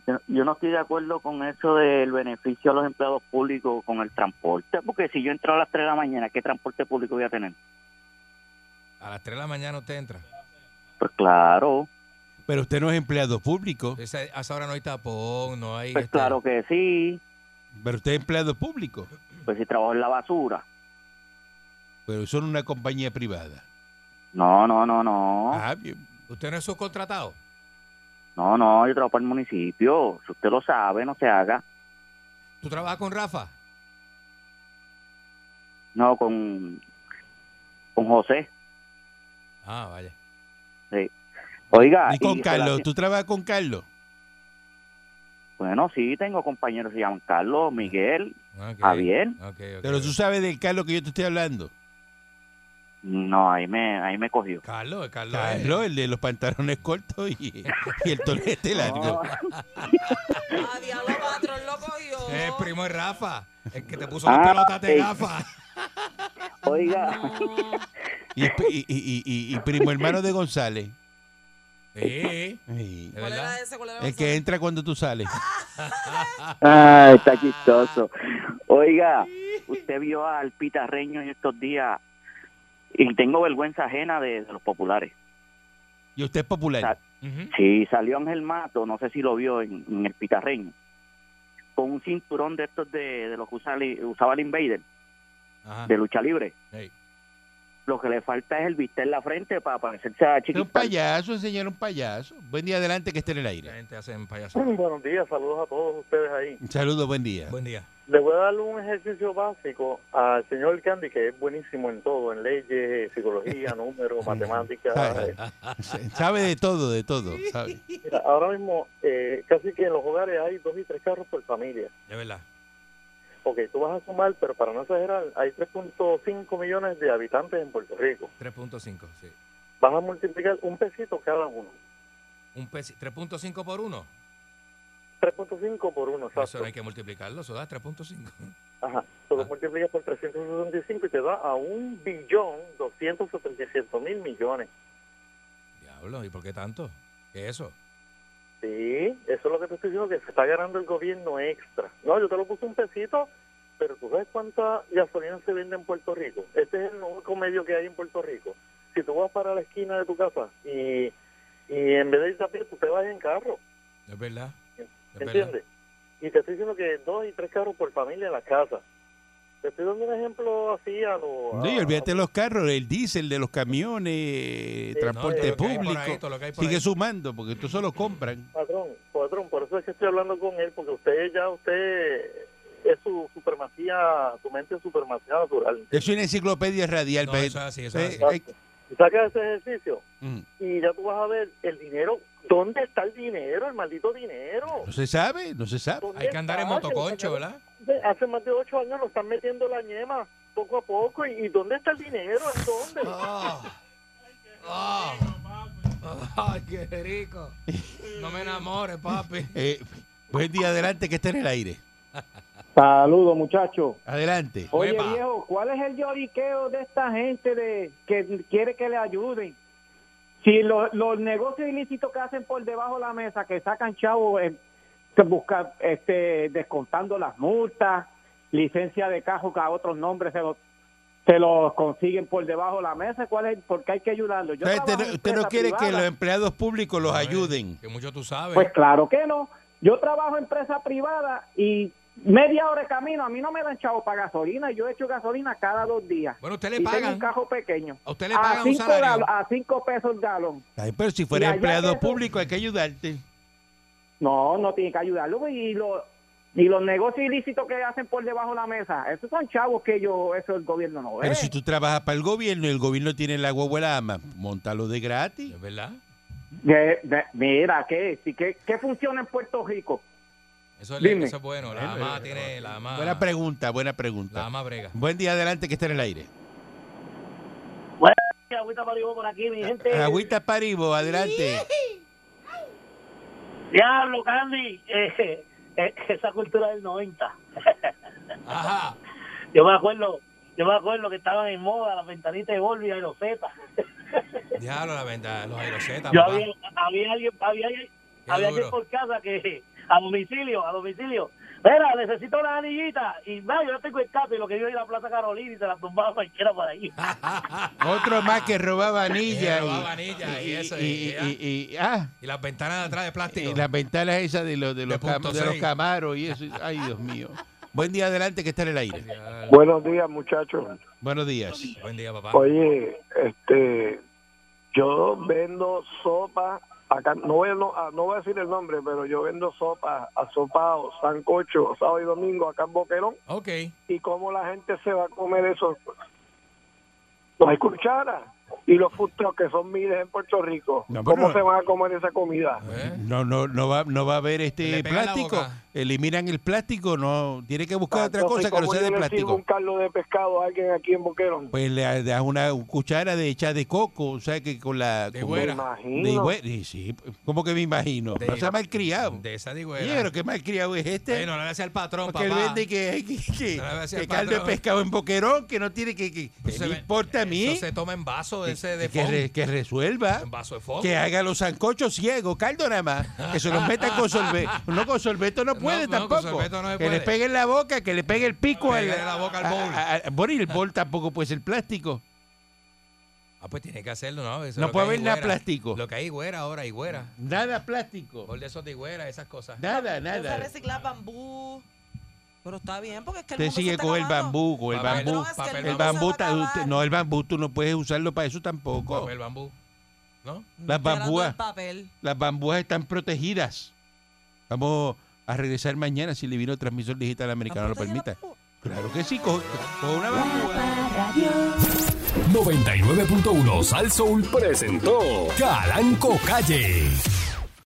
S10: yo, yo no estoy de acuerdo con eso del beneficio a los empleados públicos con el transporte, porque si yo entro a las 3 de la mañana, ¿qué transporte público voy a tener?
S4: A las 3 de la mañana usted entra.
S10: Pues claro,
S3: Pero usted no es empleado público,
S4: Esa- a esa hora no hay tapón, no hay...
S10: pues
S4: este,
S10: claro que sí,
S3: pero usted es empleado público.
S10: pues si trabajo en la basura.
S3: Pero son una compañía privada.
S10: No, no, no, no,
S3: Ah, bien.
S4: ¿Usted no es subcontratado?
S10: no, no, yo trabajo para el municipio, si usted lo sabe, no se haga.
S4: ¿Tú trabajas con Rafa?
S10: No, con, con José,
S4: Ah, vaya.
S10: oiga.
S3: y con
S10: y
S3: Carlos,
S10: relacion-
S3: ¿tú trabajas con Carlos?
S10: Bueno, sí, tengo compañeros que se llaman Carlos, Miguel,
S4: Ok.
S10: Javier.
S4: Ok, ok,
S3: Pero
S4: ok.
S3: tú sabes del Carlos que yo te estoy hablando.
S10: No, ahí me, ahí me cogió.
S4: Carlos, Carlos. eh. es-
S3: Carlos, el de los pantalones cortos y, y el
S11: [laughs]
S3: tolete largo.
S10: No.
S5: A Ah, diablo, patrón lo cogió.
S4: Es Eh, primo de Rafa. El que te puso
S10: Ah,
S4: las pelotas de
S10: ey.
S4: Rafa.
S10: Oiga.
S3: Y, es pri- y- y- y- y primo hermano de González.
S4: Sí,
S3: Sí.
S4: de
S5: ¿Cuál era
S4: verdad.
S5: ese? ¿Cuál era
S3: El
S5: ese?
S3: que entra cuando tú sales.
S10: Ah, [laughs] está chistoso. Oiga, usted vio al pitarreño en estos días y tengo vergüenza ajena de, de los populares.
S3: Y usted es popular.
S11: Ah,
S4: Ujú.
S10: Sí, salió Ángel Mato, no sé si lo vio en, en el pitarreño, con un cinturón de estos de, de los que usa li- usaba el Invader,
S4: Ajá.
S10: de lucha libre.
S4: Ey.
S10: Lo que le falta es el viste en la frente para parecerse a
S3: Es un
S10: chiquita.
S3: payaso, enseñar un payaso. Buen día adelante que esté en el
S4: La
S3: aire.
S4: gente hace en payaso.
S11: Buenos días, saludos a todos ustedes ahí.
S3: Un saludo, buen día.
S4: Buen día.
S11: Le voy a dar un ejercicio básico al señor Candy, que es buenísimo en todo, en leyes,
S3: [laughs]
S11: psicología, números, matemáticas.
S3: Sabe, sabe de todo, de todo. sabe.
S11: Mira, ahora mismo, eh, casi que en los hogares hay dos y tres carros por familia.
S4: De verdad.
S11: Ok, tú vas a sumar, pero para no exagerar, hay 3.5 millones de habitantes en Puerto Rico.
S4: 3.5, sí.
S11: Vas a multiplicar un pesito cada uno.
S4: Un pesi- 3.5 por 1.
S11: 3.5 por uno,
S4: Eso
S11: exacto.
S4: no hay que multiplicarlo, eso da 3.5.
S11: Ajá. Tú lo
S4: Ah.
S11: multiplicas por 365 y te da a un billón 277 mil millones.
S4: Diablo, ¿y por qué tanto? ¿Qué es eso?
S11: Sí, eso es lo que te estoy diciendo, que se está ganando el gobierno extra. No, yo te lo puse un pesito, pero tú sabes cuánta gasolina se vende en Puerto Rico. Este es el único medio que hay en Puerto Rico. Si tú vas para la esquina de tu casa y, y en vez de irte a pie, tú te vas en carro,
S4: Es verdad. Es verdad.
S11: ¿entiendes? Y te estoy diciendo que dos y tres carros por familia en la casa. Te estoy dando un ejemplo así a lo...
S3: No, y
S11: a-
S3: olvídate los carros, el diésel de los camiones, transporte
S11: no, todo lo que hay por
S3: público.
S11: ahí, todo lo que hay por
S3: Sigue
S11: ahí.
S3: sumando, porque tú solo compran.
S11: Patrón, patrón, por eso es que estoy hablando con él, porque usted ya, usted es su supremacía, su mente es supremacía natural.
S3: Es una enciclopedia radial. pe- pe- hay-
S11: Saca ese ejercicio
S3: Mm.
S11: y ya tú vas a ver el dinero, ¿dónde está el dinero, el maldito dinero?
S3: No se sabe, no se sabe.
S11: ¿Dónde
S8: Ah,
S11: está? Que lo sacaron-
S3: [laughs]
S11: Hace más de ocho años lo están metiendo la ñema, poco a poco, y, y ¿dónde está el dinero? ¿En dónde?
S4: Ah. Ay, qué rico. No me enamores, papi.
S3: Eh, buen día, adelante, que esté en el aire.
S12: Saludos, muchachos.
S3: Adelante.
S12: Oye, viejo, ¿cuál es el lloriqueo de esta gente de que quiere que le ayuden? Si lo- los negocios ilícitos que hacen por debajo de la mesa, que sacan chavos eh, que busca- este, descontando las multas, licencia de cajo que a otros nombres se los, se los consiguen por debajo de la mesa, ¿cuál es? Porque hay que ayudarlos. Yo
S3: Usted,
S12: trabajo
S3: no-
S12: en
S3: usted no
S12: empresa
S3: quiere que
S12: privada.
S3: los empleados públicos los ayuden.
S4: Que mucho tú sabes.
S12: Pues claro que no. Yo trabajo en empresa privada y media hora de camino, a mí no me dan chavo para gasolina, yo echo gasolina cada dos días.
S4: Bueno, usted le
S12: Y tengo
S4: pagan.
S12: un cajo pequeño.
S4: A usted le pagan un
S12: cinco
S4: salario.
S12: gal- a cinco pesos el galón.
S3: Ay, pero si fuera
S12: Y allá
S3: empleado
S12: eso-
S3: público, hay que ayudarte.
S12: No, no tiene que ayudarlo. Y, lo- y los negocios ilícitos que hacen por debajo de la mesa, esos son chavos que yo, eso el gobierno no ve.
S3: Pero si tú trabajas para el gobierno y el gobierno tiene la guagua la ama, montalo de gratis. ¿Es verdad?
S12: De- de- mira, ¿qué, si, qué, ¿qué funciona en Puerto Rico?
S4: Eso es,
S12: Dime.
S4: eso es bueno. La ama tiene, la ama.
S3: Buena pregunta, buena pregunta. La
S4: Ah. ama brega.
S3: Buen día, adelante, que esté en el aire.
S13: Agüita Maribó por aquí,
S4: Ah,
S13: mi gente.
S3: Agüita Paribo, adelante.
S13: Diablo, Candy. Eh, eh, esa cultura del 90.
S4: Ajá.
S13: Yo me acuerdo, yo me acuerdo que estaban en moda las ventanitas de Volvia y los Z.
S4: Diablo, la venta, los aerosetas.
S13: [laughs] Yo
S4: papá.
S13: había, había alguien, había, había alguien
S4: duro.
S13: por casa que a domicilio, a domicilio. Mira, necesito una anillita. Y no, yo no tengo el caso. Y lo que yo iba a la Plaza Carolina y se la tumbaba cualquiera por ahí. [laughs]
S3: Otro más que robaba
S4: Ella
S3: anillas.
S4: Eh, robaba anillas y eso, y-
S3: y- y- ah,
S4: Y las ventanas de atrás de plástico.
S3: y las ventanas esas de los, de los,
S4: punto
S3: cam- de los
S4: seis.
S3: camaros y eso. Ay, Dios mío. [laughs] Buen día, adelante, que esté en el aire.
S14: Buenos días, muchachos.
S3: Buenos días.
S4: Buen día, papá.
S14: Oye, este, yo vendo sopa, acá, no, voy a, no, ah, no voy a decir el nombre, pero yo vendo sopa, asopado, sancocho, sábado y domingo acá en Boquerón.
S4: Ok.
S14: ¿Y cómo la gente se va a comer eso? No hay cuchara. Y los food trucks que son miles en Puerto Rico,
S3: No, pero-
S14: ¿cómo se van a comer esa comida?
S4: pues,
S3: No, no, no va, no va a haber este
S14: pegan la
S3: plástico.
S14: boca.
S3: Eliminan el plástico, no. Tiene que buscar otra
S14: Entonces,
S3: cosa que no
S14: ¿cómo
S3: sea
S14: yo
S3: de
S14: le sirvo
S3: plástico.
S14: un caldo de pescado a alguien aquí en Boquerón?
S3: Pues le das una cuchara de hecha de coco, o sea que con la. De
S14: güera. Me
S3: De
S14: imagino.
S3: güera, y sí, como que me imagino.
S4: De-
S3: no sea malcriado.
S4: De esa digo.
S3: Oye, pero qué malcriado es este.
S4: no le hagas al patrón,
S3: Porque él
S4: papá.
S3: vende que, que, que,
S4: No le hagas al
S3: que caldo de
S4: patrón.
S3: pescado en boquerón, que no tiene que. que que me importa a mí.
S4: Eso se toma en vaso ese de
S3: que,
S4: foam.
S3: re- que resuelva.
S4: En vaso de foam.
S3: Que haga los zancochos ciegos, caldo nada más. Que se los metan con sorbeto. No, con sorbeto no puede
S4: no, con
S3: tampoco.
S4: sorbeto no se
S3: que le
S4: puede.
S3: peguen la boca, que le pegue el pico al,
S4: Pégale la boca al
S3: a-
S4: bowl.
S3: a- a- bueno, y el bol tampoco puede ser plástico.
S4: Ah, pues tiene que hacerlo, ¿no? Eso es
S3: No
S4: lo que
S3: puede
S4: hay
S3: haber nada
S4: higuera.
S3: plástico.
S4: Lo que hay güera ahora, higuera.
S3: Nada plástico.
S4: Por de esos de higuera, esas cosas.
S3: Nada,
S5: Se
S3: nada.
S5: recicla bambú. Pero está bien, porque es que el
S3: Usted
S5: mundo se
S3: sigue
S5: está
S3: con el
S5: acabando.
S3: bambú, con el
S4: Papel,
S3: bambú.
S4: no, es que el
S3: el
S4: mundo se
S3: bambú,
S4: va a
S3: ta-
S4: acabar.
S3: usted- no, el bambú, tú no puedes usarlo para eso tampoco.
S4: Papel bambú. ¿No?
S3: Las
S4: Estoy hablando
S3: bambúas,
S4: del papel.
S3: las bambúas están protegidas. Vamos a regresar mañana si le vino transmisor digital americano lo permita. Claro que sí, coge, coge una bambúa.
S1: 99.1 Sal Soul presentó Calanco Calle.